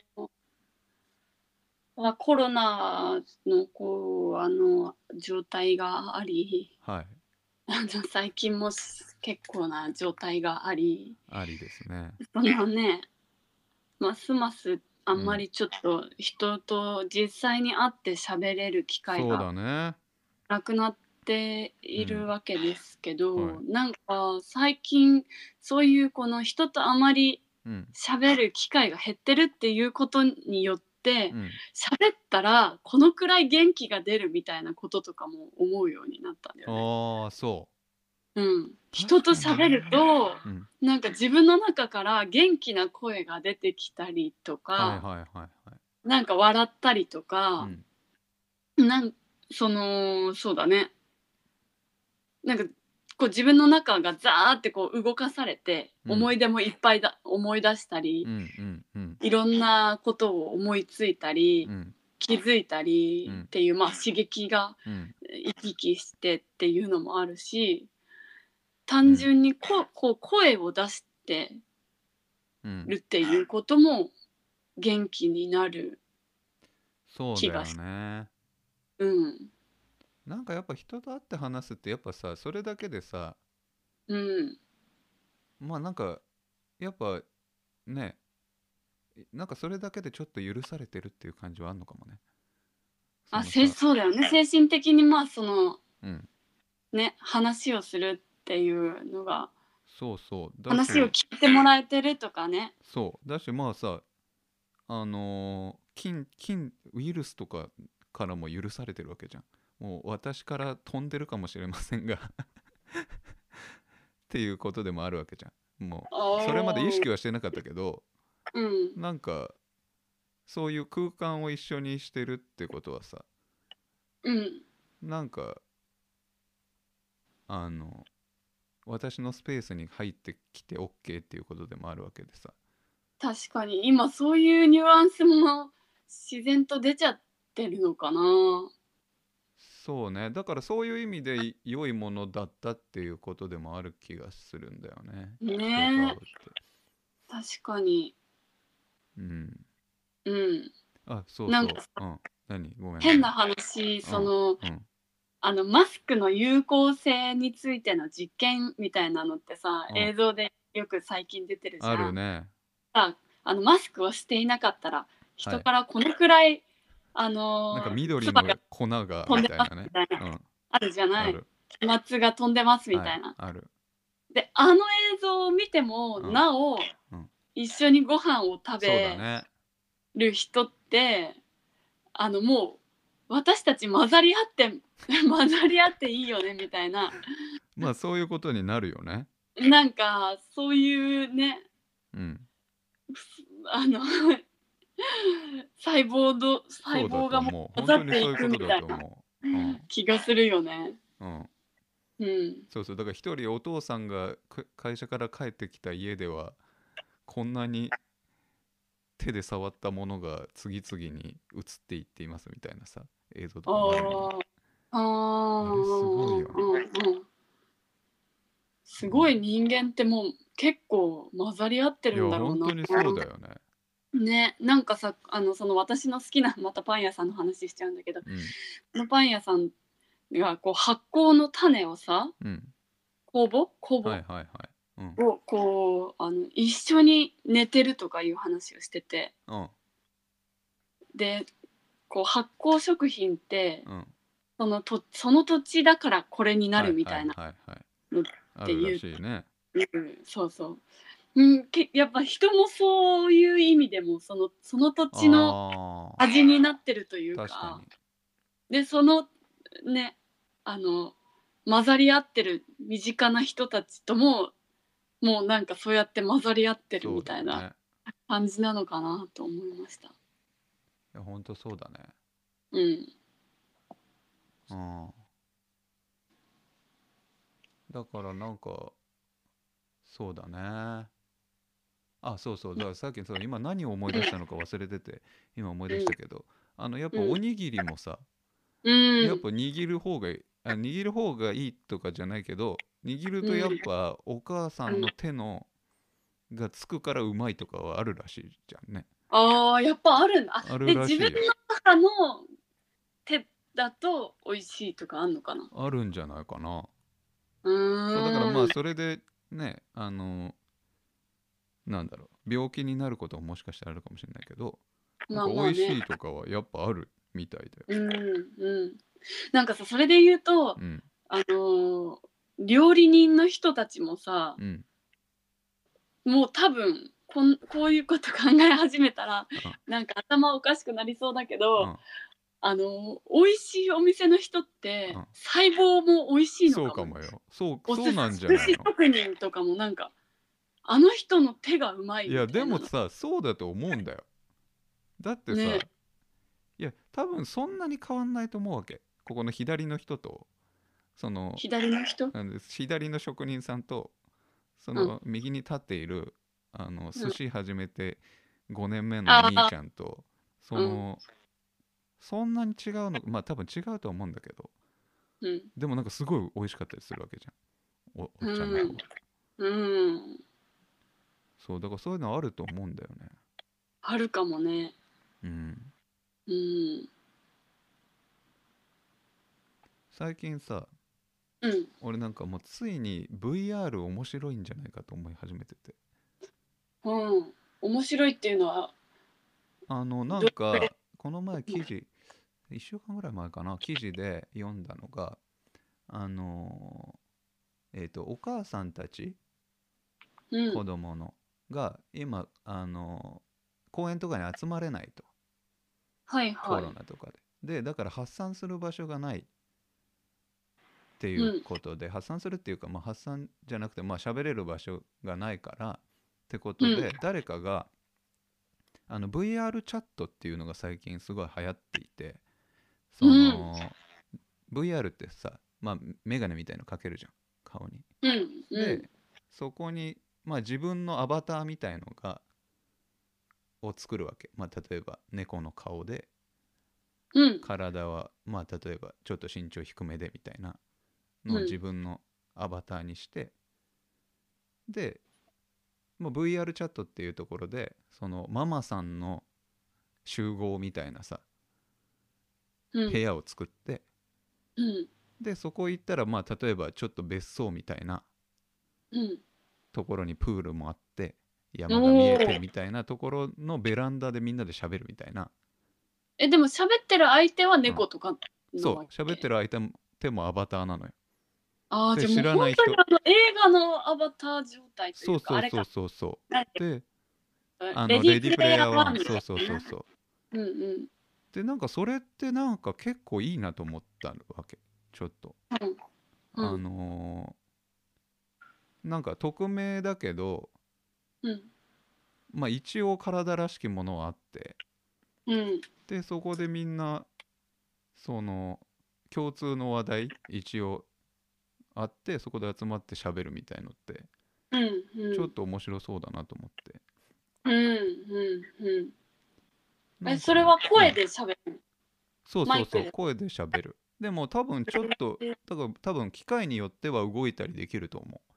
[SPEAKER 2] まあコロナのこうあの状態があり
[SPEAKER 1] はい
[SPEAKER 2] あの最近も結構な状態があり
[SPEAKER 1] ありですね
[SPEAKER 2] そのねますますあんまりちょっと人と実際に会って喋れる機会
[SPEAKER 1] そう
[SPEAKER 2] が
[SPEAKER 1] だね
[SPEAKER 2] なくなっているわけですけど、
[SPEAKER 1] うんは
[SPEAKER 2] なんか最近そういうこの人とあまり
[SPEAKER 1] うん
[SPEAKER 2] 喋る機会が減ってるっていうことによって
[SPEAKER 1] うん
[SPEAKER 2] 喋ったらこのくらい元気が出るみたいなこととかも思うようになったんだよね。
[SPEAKER 1] ああそ
[SPEAKER 2] うん、人と喋ると
[SPEAKER 1] う、うん、
[SPEAKER 2] なんか自分の中から元気な声が出てきたりとか、
[SPEAKER 1] はいはいはいはい
[SPEAKER 2] なんか笑ったりと
[SPEAKER 1] う
[SPEAKER 2] か、
[SPEAKER 1] ん
[SPEAKER 2] なんそのそうだねなんかこう自分の中がザーってこう動かされて、
[SPEAKER 1] うん
[SPEAKER 2] 思い出もいっぱいだ思い出したり、
[SPEAKER 1] うんうんうん
[SPEAKER 2] いろんなことを思いついたり、
[SPEAKER 1] うん
[SPEAKER 2] 気づいたり
[SPEAKER 1] うん
[SPEAKER 2] っていう、まあ刺激が
[SPEAKER 1] うん
[SPEAKER 2] 生き生きしてっていうのもあるし単純にこ,、うこう声を出して
[SPEAKER 1] うん
[SPEAKER 2] るっていうことも元気になる。
[SPEAKER 1] そうだ
[SPEAKER 2] 気
[SPEAKER 1] よ
[SPEAKER 2] がし
[SPEAKER 1] ね
[SPEAKER 2] うん
[SPEAKER 1] なんかやっぱ人と会って話すってやっぱさそれだけでさ
[SPEAKER 2] うん
[SPEAKER 1] まあなんかやっぱねなんかそれだけでちょっと許されてるっていう感じはあんのかもね
[SPEAKER 2] あ
[SPEAKER 1] そ
[SPEAKER 2] せ
[SPEAKER 1] の
[SPEAKER 2] い
[SPEAKER 1] さ
[SPEAKER 2] そうだよね精神的にまあその
[SPEAKER 1] うん
[SPEAKER 2] ね話をするっていうのが
[SPEAKER 1] そうそうだし
[SPEAKER 2] 話を聞いてもらえてるとかね
[SPEAKER 1] そうだしまあさあのー菌菌ウイルスとかからも許されてるわけじゃんもう私から飛んでるかもしれませんが っていうことでもあるわけじゃんもうそれまで意識はしてなかったけど
[SPEAKER 2] うん
[SPEAKER 1] なんかそういう空間を一緒にしてるってことはさ
[SPEAKER 2] うん
[SPEAKER 1] なんかあの私のスペースに入ってきて OK っていうことでもあるわけでさ
[SPEAKER 2] 確かに今そういうニュアンスも自然と出ちゃってるのかな
[SPEAKER 1] そうねだからそういう意味でい良いものだったっていうことでもある気がするんだよね。
[SPEAKER 2] ねえ
[SPEAKER 1] 人と会うって
[SPEAKER 2] 確かに
[SPEAKER 1] うん、
[SPEAKER 2] うん
[SPEAKER 1] あそうそう。
[SPEAKER 2] なんか
[SPEAKER 1] うん、何ごめん、
[SPEAKER 2] 変な話その、
[SPEAKER 1] うん
[SPEAKER 2] あのマスクの有効性についての実験みたいなのってさ、
[SPEAKER 1] うん
[SPEAKER 2] 映像でよく最近出てるじゃん
[SPEAKER 1] あるね。
[SPEAKER 2] さあのマスクをしていなかったら
[SPEAKER 1] は
[SPEAKER 2] 人
[SPEAKER 1] い
[SPEAKER 2] からこのくらい、あのー
[SPEAKER 1] なんか緑
[SPEAKER 2] 唾が
[SPEAKER 1] の粉が
[SPEAKER 2] 飛ん
[SPEAKER 1] み
[SPEAKER 2] で
[SPEAKER 1] たい
[SPEAKER 2] ま
[SPEAKER 1] な
[SPEAKER 2] す
[SPEAKER 1] ね
[SPEAKER 2] み。たいな、
[SPEAKER 1] うん、
[SPEAKER 2] あるじゃな
[SPEAKER 1] あ
[SPEAKER 2] い
[SPEAKER 1] る。
[SPEAKER 2] 飛沫が飛んでますみたいな、
[SPEAKER 1] はある。
[SPEAKER 2] であの映像を見ても、
[SPEAKER 1] うん
[SPEAKER 2] なお、
[SPEAKER 1] うん
[SPEAKER 2] 一緒にご飯を食
[SPEAKER 1] そうだ
[SPEAKER 2] べ
[SPEAKER 1] ね。
[SPEAKER 2] る人ってあのもう私たち混ざり合って 混ざり合っていいよねみたいな
[SPEAKER 1] まあそういうことになるよね。
[SPEAKER 2] なんかそういうね
[SPEAKER 1] うん。
[SPEAKER 2] あの 細胞ど細
[SPEAKER 1] そうだ
[SPEAKER 2] 胞
[SPEAKER 1] と
[SPEAKER 2] がも
[SPEAKER 1] 思う。本
[SPEAKER 2] 混ざ
[SPEAKER 1] 当
[SPEAKER 2] っ
[SPEAKER 1] に
[SPEAKER 2] て
[SPEAKER 1] そう
[SPEAKER 2] い
[SPEAKER 1] い
[SPEAKER 2] く
[SPEAKER 1] うこ
[SPEAKER 2] み
[SPEAKER 1] と
[SPEAKER 2] た
[SPEAKER 1] だ
[SPEAKER 2] い
[SPEAKER 1] と
[SPEAKER 2] な
[SPEAKER 1] 思うん
[SPEAKER 2] 気がするよね。
[SPEAKER 1] うん、
[SPEAKER 2] うん。
[SPEAKER 1] そうそうだから一人お父さんがく会社から帰ってきた家ではこんなに手で触ったものが次々に映っていっていますみたいなさ映像とかもあるよね
[SPEAKER 2] ああ。あ
[SPEAKER 1] あれすごいよね
[SPEAKER 2] うんうん。すごい人間ってもう結構混ざり合って
[SPEAKER 1] い
[SPEAKER 2] るん
[SPEAKER 1] や
[SPEAKER 2] だろう
[SPEAKER 1] 本
[SPEAKER 2] な。
[SPEAKER 1] 当にそうだよね。
[SPEAKER 2] ね、なんかさあのその私の好きなまたパン屋さんの話しちゃうんだけどこのパン屋さんがこう発酵の種をさ
[SPEAKER 1] うん、うん
[SPEAKER 2] 酵母酵
[SPEAKER 1] はい
[SPEAKER 2] 母
[SPEAKER 1] はいはい。うん。
[SPEAKER 2] をこう、あの一緒に寝てるとかいう話をしてて
[SPEAKER 1] うん。
[SPEAKER 2] でこう発酵食品って
[SPEAKER 1] うん。
[SPEAKER 2] そのとその土地だからこれになるみたいな、
[SPEAKER 1] はいはいはい
[SPEAKER 2] のっ
[SPEAKER 1] あ
[SPEAKER 2] ていう
[SPEAKER 1] るらしいね。
[SPEAKER 2] うん、そうそう。うん、けやっぱ人もそういう意味でもそのその土地の
[SPEAKER 1] の
[SPEAKER 2] 味になってるというか
[SPEAKER 1] 確か
[SPEAKER 2] でそのねあの混ざり合ってる身近な人たちとももうなんかそうやって混ざり合って
[SPEAKER 1] に。
[SPEAKER 2] るみたい
[SPEAKER 1] そうだ
[SPEAKER 2] な
[SPEAKER 1] ね
[SPEAKER 2] 感じなのかなと思いました。
[SPEAKER 1] いや本当そうだね。
[SPEAKER 2] うん、
[SPEAKER 1] うん。だからなんかそうだね。あそうそうだからさっきそう今何を思い出したのか忘れてて今思い出したけどあのやっぱおにぎりもさ
[SPEAKER 2] うん、
[SPEAKER 1] やっぱ握る方がいいあ握る方がいいとかじゃないけど握るとやっぱお母さんの手のがつくからうまいとかはあるらしいじゃんね。
[SPEAKER 2] あーやっぱあるんだ。
[SPEAKER 1] あ
[SPEAKER 2] あ
[SPEAKER 1] る
[SPEAKER 2] で
[SPEAKER 1] らし
[SPEAKER 2] 自
[SPEAKER 1] いよ
[SPEAKER 2] 分の母の手だと美味しいとかあんのかな。
[SPEAKER 1] あるんじゃないかな。
[SPEAKER 2] うーん
[SPEAKER 1] そうだからまあそれでねあのなんだろう病気になることももしかしたらあるかもしれないけど
[SPEAKER 2] まあ
[SPEAKER 1] なん
[SPEAKER 2] ま
[SPEAKER 1] か
[SPEAKER 2] あ
[SPEAKER 1] 美
[SPEAKER 2] ね
[SPEAKER 1] 味しいとかはやっぱあるみたいで。
[SPEAKER 2] うんうん、なんかさそれで言うと、
[SPEAKER 1] うん
[SPEAKER 2] あのー料理人の人たちもさ
[SPEAKER 1] う、ん
[SPEAKER 2] もう多分こんこういうこと考え始めたら、なんか頭おかしくなりそうだけど、
[SPEAKER 1] うん
[SPEAKER 2] あのー美味しいお店の人って、
[SPEAKER 1] うん
[SPEAKER 2] 細胞も美味しい
[SPEAKER 1] そう
[SPEAKER 2] の
[SPEAKER 1] か
[SPEAKER 2] かも
[SPEAKER 1] もよ。そう
[SPEAKER 2] お
[SPEAKER 1] そう
[SPEAKER 2] 寿
[SPEAKER 1] なんじゃない
[SPEAKER 2] 司
[SPEAKER 1] の
[SPEAKER 2] 職人とかもなんかあの人の手がうまい
[SPEAKER 1] い
[SPEAKER 2] みた
[SPEAKER 1] や
[SPEAKER 2] いな
[SPEAKER 1] でもさそうだと思うんだよだってさ、
[SPEAKER 2] ね
[SPEAKER 1] いや多分そんなに変わんないと思うわけここの左の人とその
[SPEAKER 2] 左の人
[SPEAKER 1] なんです左の職人さんとその右に立っている、あの寿司始めて5年目のお兄ちゃんとその、そんなに違うのまあ多分違うとは思うんだけど
[SPEAKER 2] うん
[SPEAKER 1] でもなんかすごい美味しかったりするわけじゃんおおっちゃんの方が、
[SPEAKER 2] うんうん
[SPEAKER 1] そうだからそういうのあると思うんだよね
[SPEAKER 2] あるかもね
[SPEAKER 1] うん
[SPEAKER 2] うん
[SPEAKER 1] 最近さ
[SPEAKER 2] うん
[SPEAKER 1] 俺なんかもうついに VR 面白いんじゃないかと思い始めてて
[SPEAKER 2] うん、面白いっていうのは、
[SPEAKER 1] あのなんかこの前記事1週間ぐらい前かな記事で読んだのがあのえっ、とお母さんたち
[SPEAKER 2] うん、
[SPEAKER 1] 子供のが今あの公園とかに集まれないと
[SPEAKER 2] はい
[SPEAKER 1] コ
[SPEAKER 2] はい
[SPEAKER 1] ロナとかででだから発散する場所がないっていうことで発散するっていうかまあ発散じゃなくてまあ喋れる場所がないからってこと
[SPEAKER 2] う
[SPEAKER 1] で
[SPEAKER 2] ん
[SPEAKER 1] 誰かがあの VR チャットっていうのが最近すごい流行っていてその VR ってさまあメガネみたいのかけるじゃん顔に。
[SPEAKER 2] うんうん
[SPEAKER 1] でそこに、まあ、自分のアバターみたいのがを作るわけ、まあ、例えば猫の顔で
[SPEAKER 2] うん
[SPEAKER 1] 体は、まあ、例えばちょっと身長低めでみたいなのを
[SPEAKER 2] うん
[SPEAKER 1] 自分のアバターにして、で、まあ、VR チャットっていうところでそのママさんの集合みたいなさ
[SPEAKER 2] う
[SPEAKER 1] 部
[SPEAKER 2] ん
[SPEAKER 1] 屋を作って、
[SPEAKER 2] うん
[SPEAKER 1] でそこ行ったら、まあ、例えばちょっと別荘みたいな
[SPEAKER 2] うん
[SPEAKER 1] ところにプールもあって山が見えてみたいなところのベランダでみんなで喋るみたいな
[SPEAKER 2] えでも喋ってる相手は猫とか
[SPEAKER 1] そう喋って
[SPEAKER 2] る
[SPEAKER 1] る相手も手もアバターなのよ
[SPEAKER 2] ああ
[SPEAKER 1] で
[SPEAKER 2] じゃあもう本当
[SPEAKER 1] 知
[SPEAKER 2] に
[SPEAKER 1] ら
[SPEAKER 2] あの映画のアバター状態と
[SPEAKER 1] そ
[SPEAKER 2] いううか
[SPEAKER 1] そう
[SPEAKER 2] あれ
[SPEAKER 1] そう
[SPEAKER 2] か
[SPEAKER 1] そうそう
[SPEAKER 2] なんて
[SPEAKER 1] で
[SPEAKER 2] いう
[SPEAKER 1] あ
[SPEAKER 2] か
[SPEAKER 1] の
[SPEAKER 2] レ
[SPEAKER 1] レ
[SPEAKER 2] デ
[SPEAKER 1] ディー
[SPEAKER 2] ィープ
[SPEAKER 1] プ
[SPEAKER 2] レ
[SPEAKER 1] レ
[SPEAKER 2] イ
[SPEAKER 1] イ
[SPEAKER 2] ヤ
[SPEAKER 1] ヤ
[SPEAKER 2] ー
[SPEAKER 1] ー1
[SPEAKER 2] 1
[SPEAKER 1] そうそうそうそう
[SPEAKER 2] うんうん
[SPEAKER 1] でなんかそれってなんか結構いいなと思ったわけちょっと、
[SPEAKER 2] うん
[SPEAKER 1] あのーなんか匿名だけど
[SPEAKER 2] うん
[SPEAKER 1] まあ一応体らしきものはあって
[SPEAKER 2] うん
[SPEAKER 1] でそこでみんなその共通の話題一応あってそこで集まって喋るみたいのって
[SPEAKER 2] うんうん、
[SPEAKER 1] ちょっと面白そうだなと思って、
[SPEAKER 2] うんうんうん
[SPEAKER 1] なんか
[SPEAKER 2] え
[SPEAKER 1] ね
[SPEAKER 2] それは声で喋る
[SPEAKER 1] そう
[SPEAKER 2] マ
[SPEAKER 1] そう
[SPEAKER 2] イ
[SPEAKER 1] そ
[SPEAKER 2] ク
[SPEAKER 1] う
[SPEAKER 2] で
[SPEAKER 1] 声で喋るでも多分ちょっとだから多分機械によっては動いたりできると思う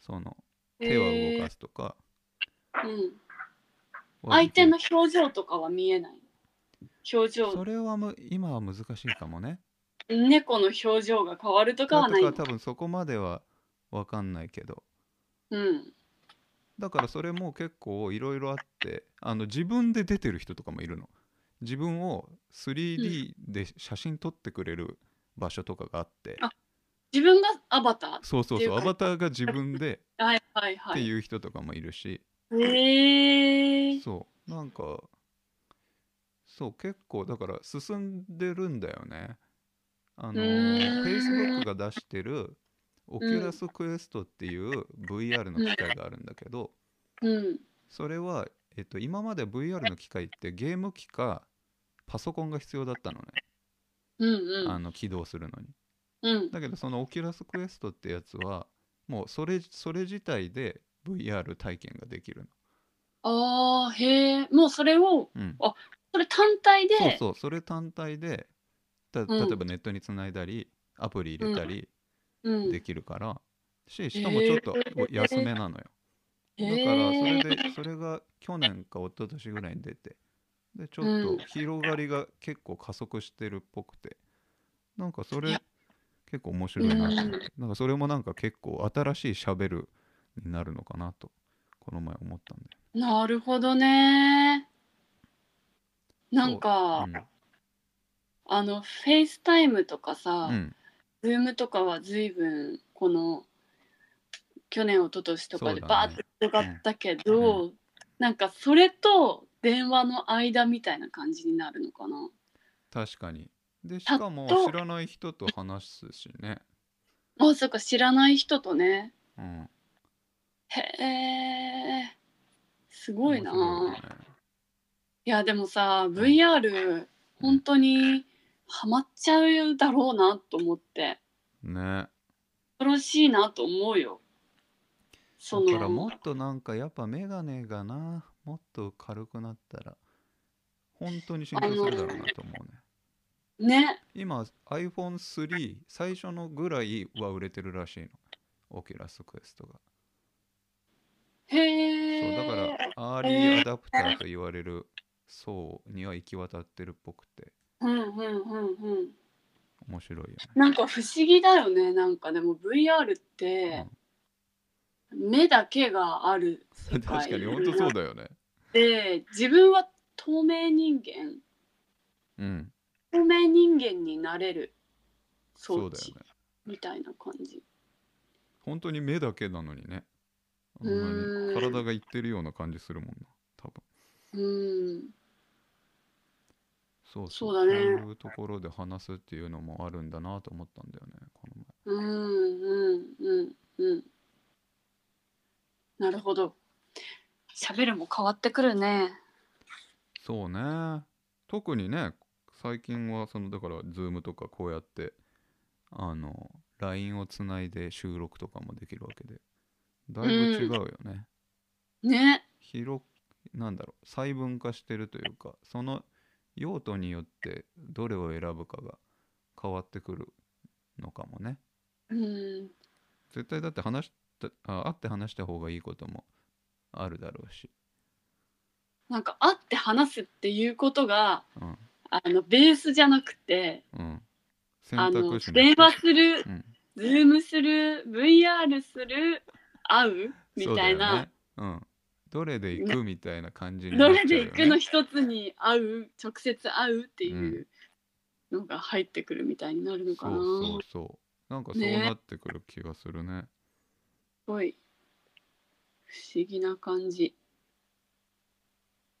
[SPEAKER 1] その手は動か
[SPEAKER 2] す、
[SPEAKER 1] すとか、
[SPEAKER 2] えーうん、
[SPEAKER 1] はで
[SPEAKER 2] 相
[SPEAKER 1] き
[SPEAKER 2] 手
[SPEAKER 1] る
[SPEAKER 2] の表情とかは見えない表
[SPEAKER 1] そ
[SPEAKER 2] 情
[SPEAKER 1] れはむ今は難しいかもね
[SPEAKER 2] 猫の表情が変わるとかは
[SPEAKER 1] だ
[SPEAKER 2] ない
[SPEAKER 1] と
[SPEAKER 2] の
[SPEAKER 1] か多分そこまでは分かんないけど
[SPEAKER 2] うん
[SPEAKER 1] だからそれも結構いろいろあってあの自分で出てる人とかもいるの自分を 3D で写真撮ってくれる場所とかがあって、
[SPEAKER 2] あ自分がアバタ
[SPEAKER 1] そうそうそうア
[SPEAKER 2] っていうか
[SPEAKER 1] バターが自分で
[SPEAKER 2] ーはいはいは
[SPEAKER 1] って
[SPEAKER 2] い
[SPEAKER 1] いう人とかもいるし、
[SPEAKER 2] へえー、
[SPEAKER 1] そうなんかそう結構だから進んでるんだよねあの
[SPEAKER 2] うーん
[SPEAKER 1] Facebook が出してるオキュラスクエストっていう VR の機械があるんだけど、
[SPEAKER 2] うん
[SPEAKER 1] それは、えっと、今まで VR の機械ってゲーム機かパソコンが必要だったのね、
[SPEAKER 2] うん
[SPEAKER 1] あの起動するのに
[SPEAKER 2] うんうん
[SPEAKER 1] だけどそのオキュラスクエストってやつはもうそれそれ自体で VR 体験ができるの、
[SPEAKER 2] ああへえもうそれを
[SPEAKER 1] うん、
[SPEAKER 2] それ単体で
[SPEAKER 1] そうそうそれ単体でた
[SPEAKER 2] ん
[SPEAKER 1] 例えばネットにつないだり、アプリ入れたり
[SPEAKER 2] うん、
[SPEAKER 1] できるから、ししかもちょっと
[SPEAKER 2] へー
[SPEAKER 1] お安めなのよ、だからそれでそれが去年か一昨年ぐらいに出てでちょ
[SPEAKER 2] う
[SPEAKER 1] っ
[SPEAKER 2] ん
[SPEAKER 1] と広がりが結構加速してるっぽくてなんかそ
[SPEAKER 2] い
[SPEAKER 1] れ
[SPEAKER 2] や
[SPEAKER 1] 結構面白いなと思ってなんかそれもなんか結構新しいしゃべるになるのかなとこの前思ったんで
[SPEAKER 2] なるほどねなんか、あのフェイスタイムとかさ
[SPEAKER 1] うん、うん
[SPEAKER 2] ズームとかは随分この去年一昨年とかで
[SPEAKER 1] そうだね
[SPEAKER 2] バーって広がったけ
[SPEAKER 1] うん
[SPEAKER 2] ど、なんかそれと電話の間みたいな感じになるのかな
[SPEAKER 1] 確かにでし
[SPEAKER 2] あ
[SPEAKER 1] かも
[SPEAKER 2] と
[SPEAKER 1] 知らない人と話すしね、
[SPEAKER 2] まさか知らない人とね
[SPEAKER 1] うん、
[SPEAKER 2] へえすごいな
[SPEAKER 1] 面白いよね
[SPEAKER 2] いやでもさ VR 本当にハマっちゃうだろうなと思って
[SPEAKER 1] ね
[SPEAKER 2] 恐ろしいなと思うよそ
[SPEAKER 1] だからも
[SPEAKER 2] の
[SPEAKER 1] っとなんかやっぱメガネがなもっと軽くなったら本当に進化するだろうなと思うね
[SPEAKER 2] ね
[SPEAKER 1] 今 iPhone3 最初のぐらいは売れてるらしいのオキュラスクエストがそう
[SPEAKER 2] へえ
[SPEAKER 1] だからアーリーアダプターと言われる層には行き渡ってるっぽくて
[SPEAKER 2] うんうんうんうん
[SPEAKER 1] 面白いよね
[SPEAKER 2] なんか不思議だよねなんかでも VR って目だけがある
[SPEAKER 1] う
[SPEAKER 2] 世
[SPEAKER 1] ん
[SPEAKER 2] 界
[SPEAKER 1] 確かに本当そうだよね
[SPEAKER 2] で自分は透明人間
[SPEAKER 1] うん
[SPEAKER 2] 透明人間になれる
[SPEAKER 1] そ
[SPEAKER 2] 装
[SPEAKER 1] う
[SPEAKER 2] 置
[SPEAKER 1] だよね
[SPEAKER 2] みたいな感じ
[SPEAKER 1] 本当に目だけなのにねあんま
[SPEAKER 2] うー
[SPEAKER 1] り
[SPEAKER 2] ん
[SPEAKER 1] 体がいってるような感じするもんな多分
[SPEAKER 2] うん
[SPEAKER 1] そう
[SPEAKER 2] そうだ
[SPEAKER 1] そ
[SPEAKER 2] ね
[SPEAKER 1] ういうところで話すっていうのもあるんだなと思ったんだよねこの前
[SPEAKER 2] うんうんうんうんなるほど喋るも変わってくるね
[SPEAKER 1] そうね特にね最近はそのだから Zoom とかこうやってあの LINE をつないで収録とかもできるわけでだいぶ違うよね、
[SPEAKER 2] ね
[SPEAKER 1] 広なんだろう細分化してるというかその用途によってどれを選ぶかが変わってくるのかもね
[SPEAKER 2] うん
[SPEAKER 1] 絶対だって話したあ会って話した方がいいこともあるだろうし、
[SPEAKER 2] なんか会って話すっていうことが
[SPEAKER 1] うん
[SPEAKER 2] あのベースじゃなくて
[SPEAKER 1] うん、選
[SPEAKER 2] あの
[SPEAKER 1] 択肢の
[SPEAKER 2] 電
[SPEAKER 1] 一つ
[SPEAKER 2] 話する
[SPEAKER 1] うん、
[SPEAKER 2] ズームする VR する会うみたい
[SPEAKER 1] そうだよ
[SPEAKER 2] な、
[SPEAKER 1] ねうん、どれで行くみたいな感じにな
[SPEAKER 2] ど
[SPEAKER 1] っちゃ
[SPEAKER 2] れ
[SPEAKER 1] うよ、ね、
[SPEAKER 2] で行くの一つに会う直接会うっていううのが入ってくるみたいになるのかな、
[SPEAKER 1] そうそうそうなんかそう
[SPEAKER 2] ね
[SPEAKER 1] なってくる気がするね
[SPEAKER 2] すごい不思議な感じ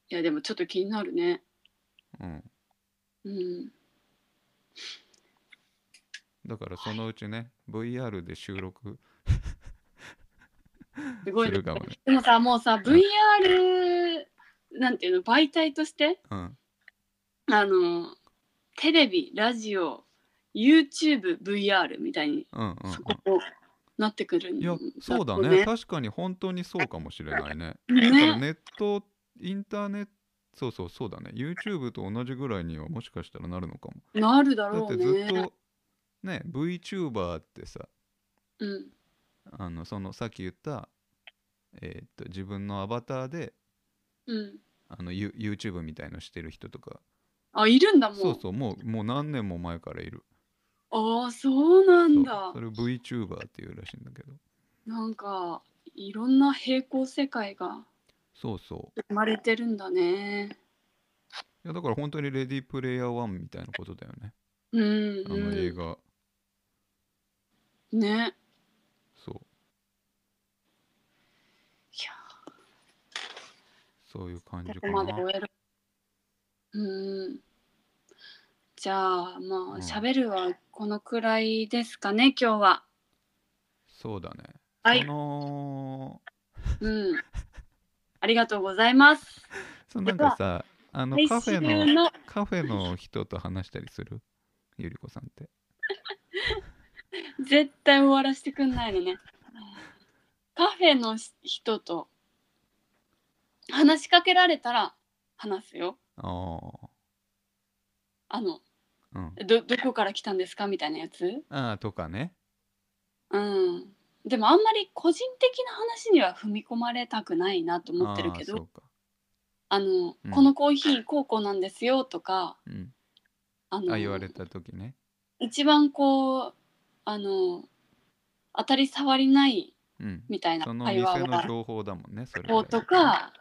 [SPEAKER 2] いやでもちょっと気になるね
[SPEAKER 1] うん
[SPEAKER 2] うん
[SPEAKER 1] だからそのうちね VR で収録
[SPEAKER 2] すごい
[SPEAKER 1] す
[SPEAKER 2] ね
[SPEAKER 1] るかもね
[SPEAKER 2] でもさもうさ VR なんていうの媒体として
[SPEAKER 1] うん
[SPEAKER 2] あのテレビラジオ YouTubeVR みたいに
[SPEAKER 1] うんうん
[SPEAKER 2] そこもなってくるん
[SPEAKER 1] い
[SPEAKER 2] だ
[SPEAKER 1] や
[SPEAKER 2] ろ
[SPEAKER 1] そうだね確かに本当にそうかもしれないねだから
[SPEAKER 2] ね
[SPEAKER 1] ネットインターネットそうそうそうだね YouTube と同じぐらいにはもしかしたらなるのかも
[SPEAKER 2] なるだ
[SPEAKER 1] だ
[SPEAKER 2] ろ
[SPEAKER 1] っ
[SPEAKER 2] う
[SPEAKER 1] てずっ
[SPEAKER 2] ね。
[SPEAKER 1] とね VTuber ってさ
[SPEAKER 2] うん
[SPEAKER 1] あのそのさっき言った、えーっと自分のアバターで
[SPEAKER 2] うん。
[SPEAKER 1] あの、ユ YouTube みたいのしてる人とか
[SPEAKER 2] あいるんだもん。
[SPEAKER 1] そうそうもうもう何年も前からいる
[SPEAKER 2] ああそうな
[SPEAKER 1] そ
[SPEAKER 2] ん
[SPEAKER 1] う
[SPEAKER 2] だ
[SPEAKER 1] そ。れを VTuber っていうらしいんだけど
[SPEAKER 2] なんかいろんな平行世界が
[SPEAKER 1] そうそう
[SPEAKER 2] 生まれてるんだね。
[SPEAKER 1] いやだから本当にレディープレイヤー1みたいなことだよね
[SPEAKER 2] うん、
[SPEAKER 1] あの映画、
[SPEAKER 2] うん。ね。
[SPEAKER 1] そう
[SPEAKER 2] いや
[SPEAKER 1] そういう感じか
[SPEAKER 2] ここまで
[SPEAKER 1] な
[SPEAKER 2] 終える。うん。じゃあま
[SPEAKER 1] う
[SPEAKER 2] あ
[SPEAKER 1] ん
[SPEAKER 2] 喋るはこのくらいですかね今日は。
[SPEAKER 1] そうだね
[SPEAKER 2] は
[SPEAKER 1] そ
[SPEAKER 2] い。
[SPEAKER 1] の
[SPEAKER 2] うん。ありがとうございます。
[SPEAKER 1] そうなんかさあの
[SPEAKER 2] 来
[SPEAKER 1] カフ
[SPEAKER 2] 週
[SPEAKER 1] ェの
[SPEAKER 2] の
[SPEAKER 1] カフェの人と話したりするゆりこさんって
[SPEAKER 2] 絶対終わらせてくんないのね。カフェの人と話しかけられたら話すよ。
[SPEAKER 1] あ
[SPEAKER 2] あの
[SPEAKER 1] あうん
[SPEAKER 2] どどこから来たんですかみたいなやつ。
[SPEAKER 1] ああとかね
[SPEAKER 2] うん。でもあんまり個人的な話には踏み込まれたくないなと思ってるけ
[SPEAKER 1] ああ
[SPEAKER 2] ど
[SPEAKER 1] そ、うか
[SPEAKER 2] あの、
[SPEAKER 1] うん
[SPEAKER 2] このコーヒーこうこうなんですよとか、
[SPEAKER 1] うん
[SPEAKER 2] あの
[SPEAKER 1] あ言われた時ね
[SPEAKER 2] 一番こうあの当たり障りない
[SPEAKER 1] うん
[SPEAKER 2] みたいな
[SPEAKER 1] その
[SPEAKER 2] 会
[SPEAKER 1] 店
[SPEAKER 2] 話
[SPEAKER 1] の
[SPEAKER 2] は
[SPEAKER 1] 情報だもんねそれ
[SPEAKER 2] こ
[SPEAKER 1] は
[SPEAKER 2] うとか、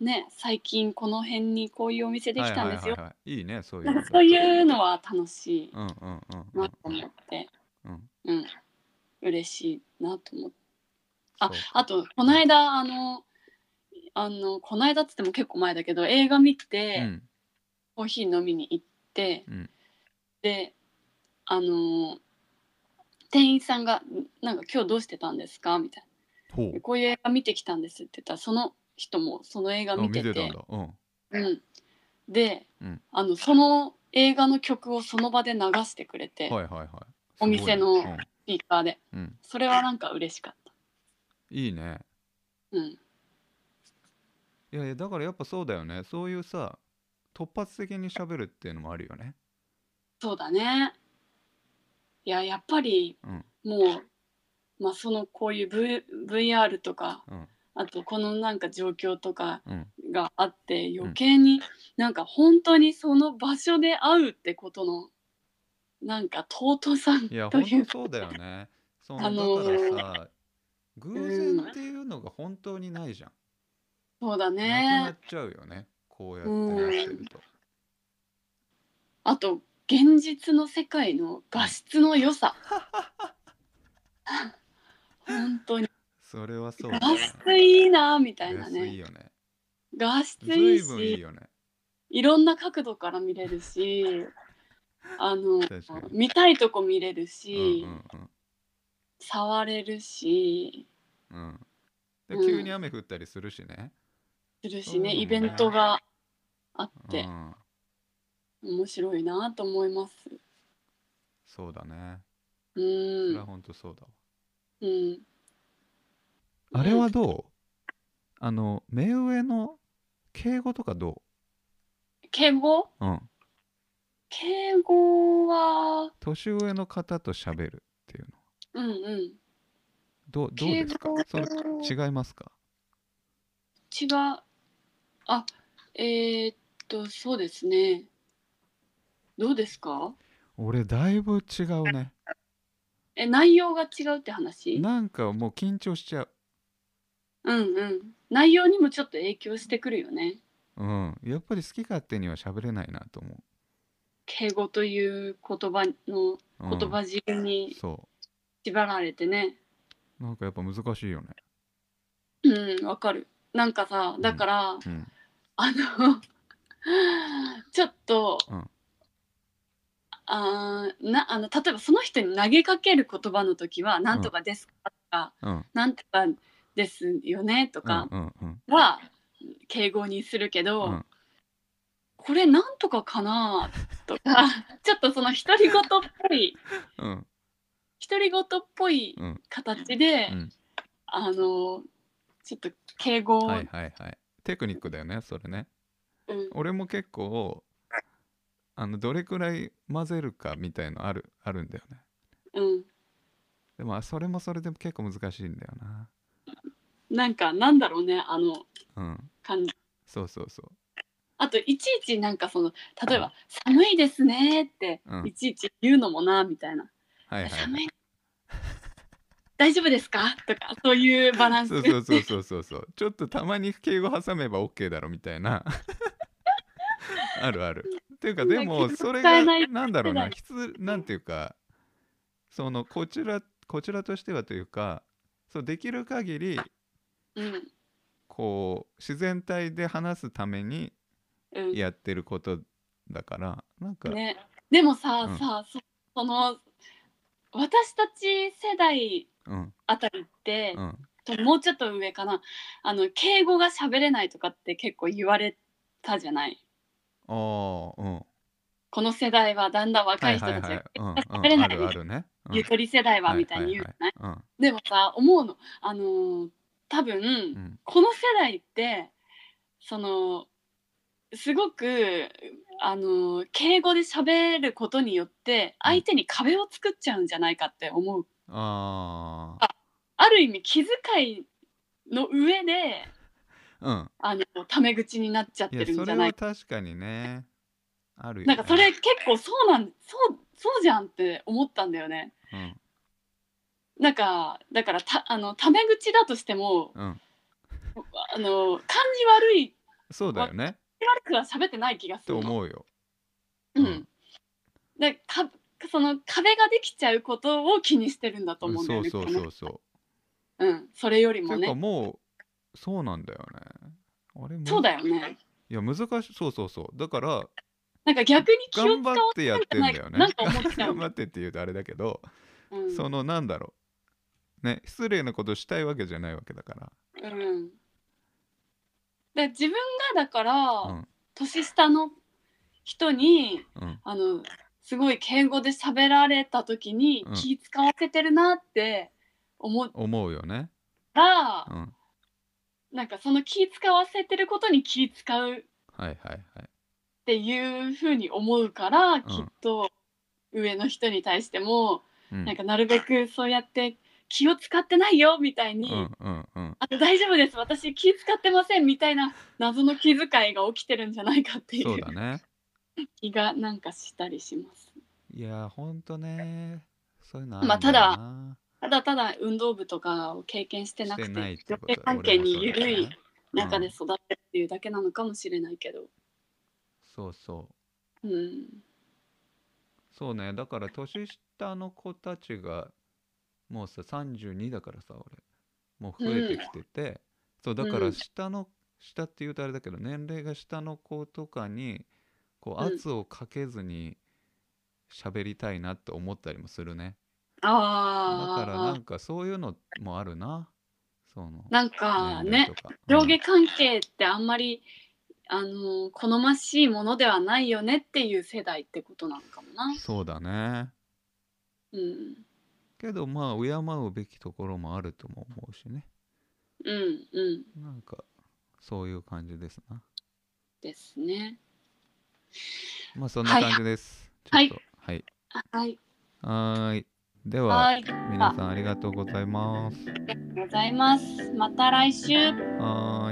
[SPEAKER 2] ね、最近この辺にこういうお店できたんですよ。
[SPEAKER 1] はいはいはいはい、いいねそういう
[SPEAKER 2] な
[SPEAKER 1] の
[SPEAKER 2] んかそういうのは楽しい
[SPEAKER 1] うんうんうんうん
[SPEAKER 2] なと思って、
[SPEAKER 1] うん
[SPEAKER 2] うん、嬉しいなと思って。あ
[SPEAKER 1] そう
[SPEAKER 2] あとこの間あのあのこの間っつっても結構前だけど映画見て、
[SPEAKER 1] うん
[SPEAKER 2] コーヒー飲みに行って、
[SPEAKER 1] うん
[SPEAKER 2] であのー店員さんが「なんか今日どうしてたんですか?」みたい
[SPEAKER 1] ほ
[SPEAKER 2] な「
[SPEAKER 1] う
[SPEAKER 2] こういう映画見てきたんです」って言ったらその人もその映画
[SPEAKER 1] あ
[SPEAKER 2] 見て
[SPEAKER 1] 見てた
[SPEAKER 2] て
[SPEAKER 1] んだうん
[SPEAKER 2] うん、で、
[SPEAKER 1] うん
[SPEAKER 2] あのその映画の曲をその場で流してくれて、
[SPEAKER 1] はいはいはいす
[SPEAKER 2] お
[SPEAKER 1] ごいね
[SPEAKER 2] 店の
[SPEAKER 1] うん
[SPEAKER 2] スピーカーで
[SPEAKER 1] うん
[SPEAKER 2] それはなんか嬉しかった。
[SPEAKER 1] いいね
[SPEAKER 2] うん、
[SPEAKER 1] いやいやだからやっぱそうだよねそういうさ突発的に喋るっていうのもあるよね
[SPEAKER 2] そうだね。いややっぱり
[SPEAKER 1] うん
[SPEAKER 2] もう、まあ、そのこういう v r とか
[SPEAKER 1] うん
[SPEAKER 2] あとこのなんか状況とか
[SPEAKER 1] うん
[SPEAKER 2] があって余計になんか本当にその場所で会うってことのなんか尊さ
[SPEAKER 1] い や
[SPEAKER 2] と
[SPEAKER 1] 本
[SPEAKER 2] いう
[SPEAKER 1] 当そうだよねそ
[SPEAKER 2] あの
[SPEAKER 1] の
[SPEAKER 2] ー
[SPEAKER 1] だからさ偶然っていうのが本当にないじゃん、
[SPEAKER 2] そうだ
[SPEAKER 1] なくな
[SPEAKER 2] ね
[SPEAKER 1] っちゃうよねこうやってなってると、
[SPEAKER 2] あと現実の世界の画質の 良さ本当に
[SPEAKER 1] それはそうだ
[SPEAKER 2] 画
[SPEAKER 1] よね
[SPEAKER 2] 質いいなみたいな
[SPEAKER 1] 安い
[SPEAKER 2] ね
[SPEAKER 1] よね
[SPEAKER 2] 画質
[SPEAKER 1] ず
[SPEAKER 2] いい
[SPEAKER 1] いぶんいい
[SPEAKER 2] し
[SPEAKER 1] よね
[SPEAKER 2] いろんな角度から見れるしあの
[SPEAKER 1] 確かに
[SPEAKER 2] 見たいとこ見れる
[SPEAKER 1] うん
[SPEAKER 2] し、
[SPEAKER 1] うん
[SPEAKER 2] 触れるし
[SPEAKER 1] うんうんで
[SPEAKER 2] うん
[SPEAKER 1] 急に雨降ったりするしね、
[SPEAKER 2] する
[SPEAKER 1] そう
[SPEAKER 2] し
[SPEAKER 1] だ
[SPEAKER 2] ね
[SPEAKER 1] ね
[SPEAKER 2] イベントがあっ
[SPEAKER 1] う
[SPEAKER 2] て、
[SPEAKER 1] ん、
[SPEAKER 2] 面白いなと思います。
[SPEAKER 1] そうだね
[SPEAKER 2] う
[SPEAKER 1] それは
[SPEAKER 2] ん、
[SPEAKER 1] 本当そうだわ、
[SPEAKER 2] うん、
[SPEAKER 1] あれはどうあの目上の敬語とかど
[SPEAKER 2] 敬語
[SPEAKER 1] ううん
[SPEAKER 2] 敬語は
[SPEAKER 1] 年上の方と喋るっていうの
[SPEAKER 2] うんうん
[SPEAKER 1] どうどう
[SPEAKER 2] 敬
[SPEAKER 1] ですか
[SPEAKER 2] 語
[SPEAKER 1] それ違いますか
[SPEAKER 2] 違うあえー、っとそうですねどうですか
[SPEAKER 1] 俺だいぶ違うね
[SPEAKER 2] え内容が違うって話
[SPEAKER 1] なんかもう緊張しちゃう
[SPEAKER 2] うんうん内容にもちょっと影響してくるよね
[SPEAKER 1] うんやっぱり好き勝手には喋れないなと思
[SPEAKER 2] 敬語という言葉の
[SPEAKER 1] う、うん、
[SPEAKER 2] 言葉自由に
[SPEAKER 1] そ
[SPEAKER 2] 縛られてね、
[SPEAKER 1] うなんかやっぱ難しいよね
[SPEAKER 2] うん、わかる。なんかさ、だから、
[SPEAKER 1] うん
[SPEAKER 2] あの、 ちょっと、
[SPEAKER 1] うん
[SPEAKER 2] あーなあの例えばその人に投げかける言葉の時は「なんとかですか?」とか
[SPEAKER 1] うん
[SPEAKER 2] 「なんとかですよね?」と
[SPEAKER 1] うん
[SPEAKER 2] か
[SPEAKER 1] うんうん
[SPEAKER 2] は敬語にするけど、
[SPEAKER 1] うん
[SPEAKER 2] これなんとかかなとか ちょっとその独り言っぽい
[SPEAKER 1] うん
[SPEAKER 2] 独り言っぽい
[SPEAKER 1] うん
[SPEAKER 2] 形で、
[SPEAKER 1] うん
[SPEAKER 2] あのちょっと敬語を、
[SPEAKER 1] はいはいはいテクニックだよねそれね
[SPEAKER 2] うん
[SPEAKER 1] 俺も結構あのどれくらい混ぜるかみたいのあるあるんだよね
[SPEAKER 2] うん、
[SPEAKER 1] でもあそれもそれでも結構難しいんだよな
[SPEAKER 2] なんかなんだろうねあの
[SPEAKER 1] うん
[SPEAKER 2] 感じ
[SPEAKER 1] そうそうそう
[SPEAKER 2] あといちいちなんかその例えば「寒いですね」って
[SPEAKER 1] うん
[SPEAKER 2] いちいち言うのもなみたいな
[SPEAKER 1] はい
[SPEAKER 2] 「
[SPEAKER 1] はいは
[SPEAKER 2] 寒
[SPEAKER 1] い
[SPEAKER 2] い大丈夫ですか?」とかそういうバランス
[SPEAKER 1] そうそうそうそうそうそうちょっとたまに敬語挟めば OK だろみたいな あるあるっていうかでもそれ
[SPEAKER 2] 使
[SPEAKER 1] が
[SPEAKER 2] えない
[SPEAKER 1] なんだろうな
[SPEAKER 2] 世代
[SPEAKER 1] 必なんていうかそのこちらこちらとしてはというかそうできる限り
[SPEAKER 2] うん
[SPEAKER 1] こう自然体で話すために
[SPEAKER 2] うん
[SPEAKER 1] やってることだからなんか、
[SPEAKER 2] ね、でもさ、
[SPEAKER 1] うん
[SPEAKER 2] さそその私たち世代
[SPEAKER 1] うん
[SPEAKER 2] あたりって
[SPEAKER 1] う、ん
[SPEAKER 2] ともうちょっと上かなあの敬語が喋れないとかって結構言われたじゃない
[SPEAKER 1] あーうん
[SPEAKER 2] この世代はだんだん若い人たちが
[SPEAKER 1] うんうん
[SPEAKER 2] 喋れな
[SPEAKER 1] あ
[SPEAKER 2] い
[SPEAKER 1] るあるね、うん
[SPEAKER 2] ゆとり世代はみたいに言うじゃない
[SPEAKER 1] はいはいはい
[SPEAKER 2] でもさ思うのあのー多分、
[SPEAKER 1] うんうん
[SPEAKER 2] この世代ってそのすごくあの敬語で喋ることによって相手に壁を作っちゃうんじゃないかって思う
[SPEAKER 1] あ
[SPEAKER 2] ある意味気遣いの上で
[SPEAKER 1] あうん
[SPEAKER 2] あのタメ口になっちゃっ
[SPEAKER 1] い
[SPEAKER 2] て
[SPEAKER 1] や
[SPEAKER 2] る
[SPEAKER 1] そ
[SPEAKER 2] んじ
[SPEAKER 1] れ
[SPEAKER 2] ゃな
[SPEAKER 1] はい確かにねあるよ
[SPEAKER 2] なんかそれ、結構そうなんそうそうじゃんって思ったんだよね
[SPEAKER 1] うん
[SPEAKER 2] なんかだからたあのタメ口だとしても
[SPEAKER 1] うん、
[SPEAKER 2] あの感じ悪い
[SPEAKER 1] そうだよね
[SPEAKER 2] 悪くは喋ってない気がす
[SPEAKER 1] と
[SPEAKER 2] るの
[SPEAKER 1] 思うよ
[SPEAKER 2] う
[SPEAKER 1] うん
[SPEAKER 2] ん、でかその壁ができちゃうことを気にしてるんだと
[SPEAKER 1] うん
[SPEAKER 2] 思うんだ
[SPEAKER 1] そ
[SPEAKER 2] よ
[SPEAKER 1] う
[SPEAKER 2] ね。
[SPEAKER 1] そう
[SPEAKER 2] この
[SPEAKER 1] そうそう
[SPEAKER 2] うん、それよりも
[SPEAKER 1] ていうか
[SPEAKER 2] ね。
[SPEAKER 1] もうそうなんだよねあれむ
[SPEAKER 2] そうだよね。
[SPEAKER 1] いや難しいそうそうそうだから
[SPEAKER 2] なんか逆に気を使
[SPEAKER 1] 頑張っ
[SPEAKER 2] わ
[SPEAKER 1] てやってんだよね
[SPEAKER 2] なんか思っ ちゃう
[SPEAKER 1] 頑張ってって言うとあれだけど、
[SPEAKER 2] うん、
[SPEAKER 1] そのなんだろうね失礼なことしたいわけじゃないわけだから
[SPEAKER 2] うん。で自分がだから、
[SPEAKER 1] うん
[SPEAKER 2] 年下の人に
[SPEAKER 1] うん
[SPEAKER 2] あのすごい敬語で喋られた時に
[SPEAKER 1] うん
[SPEAKER 2] 気使わせてるなって思っ
[SPEAKER 1] 思うよね
[SPEAKER 2] たら、
[SPEAKER 1] うん
[SPEAKER 2] なんかその気使わせてることに気使う
[SPEAKER 1] はいはいはい
[SPEAKER 2] っていうふうに思うから、きっと上の人に対しても、
[SPEAKER 1] うん
[SPEAKER 2] なんかなるべくそうやって気を使ってないよみたいに、
[SPEAKER 1] うんうん うん
[SPEAKER 2] あと大丈夫です私気使ってませんみたいな謎の気遣いが起きてるんじゃないかってい
[SPEAKER 1] そう
[SPEAKER 2] う
[SPEAKER 1] だね
[SPEAKER 2] 気がなんかしたりします。
[SPEAKER 1] いやーほんとねそういうの
[SPEAKER 2] まあ
[SPEAKER 1] るんよな
[SPEAKER 2] ただただ運動部とかを経験してなく
[SPEAKER 1] してないって
[SPEAKER 2] 女
[SPEAKER 1] こと
[SPEAKER 2] 性
[SPEAKER 1] だ
[SPEAKER 2] 関係に
[SPEAKER 1] 俺もそうだ
[SPEAKER 2] 緩
[SPEAKER 1] ね
[SPEAKER 2] い中
[SPEAKER 1] う
[SPEAKER 2] で
[SPEAKER 1] ん
[SPEAKER 2] 育ってるっていうだけなのかもしれないけど、
[SPEAKER 1] そうそう
[SPEAKER 2] うん、
[SPEAKER 1] そうねだから年下の子たちがもうさ32だからさ俺もう増えてきてて、そうだか
[SPEAKER 2] う
[SPEAKER 1] ら
[SPEAKER 2] ん
[SPEAKER 1] 下の、下って言うとあれだけど年齢が下の子とかにこう
[SPEAKER 2] うん
[SPEAKER 1] 圧をかけずに喋りたいなって思ったりもするね、
[SPEAKER 2] あ
[SPEAKER 1] だか
[SPEAKER 2] あ
[SPEAKER 1] らなんかそういうのもあるなその
[SPEAKER 2] なんか
[SPEAKER 1] 年齢
[SPEAKER 2] ね
[SPEAKER 1] とか
[SPEAKER 2] 上下関係ってあんまり、あの好ましいものではないよねっていう世代ってことなのかもな
[SPEAKER 1] うん。そうだね
[SPEAKER 2] うん
[SPEAKER 1] けどまあ敬うべきところもあるとも思うしね
[SPEAKER 2] うんうん
[SPEAKER 1] なんかそういう感じですな
[SPEAKER 2] ですね。
[SPEAKER 1] まあそんな感じです。
[SPEAKER 2] はい
[SPEAKER 1] ちょっとはい。
[SPEAKER 2] はい。
[SPEAKER 1] はーい。で
[SPEAKER 2] は
[SPEAKER 1] は、
[SPEAKER 2] い。あ
[SPEAKER 1] 皆さんありがとうございます。
[SPEAKER 2] りがとうございます。また来週。
[SPEAKER 1] はーい。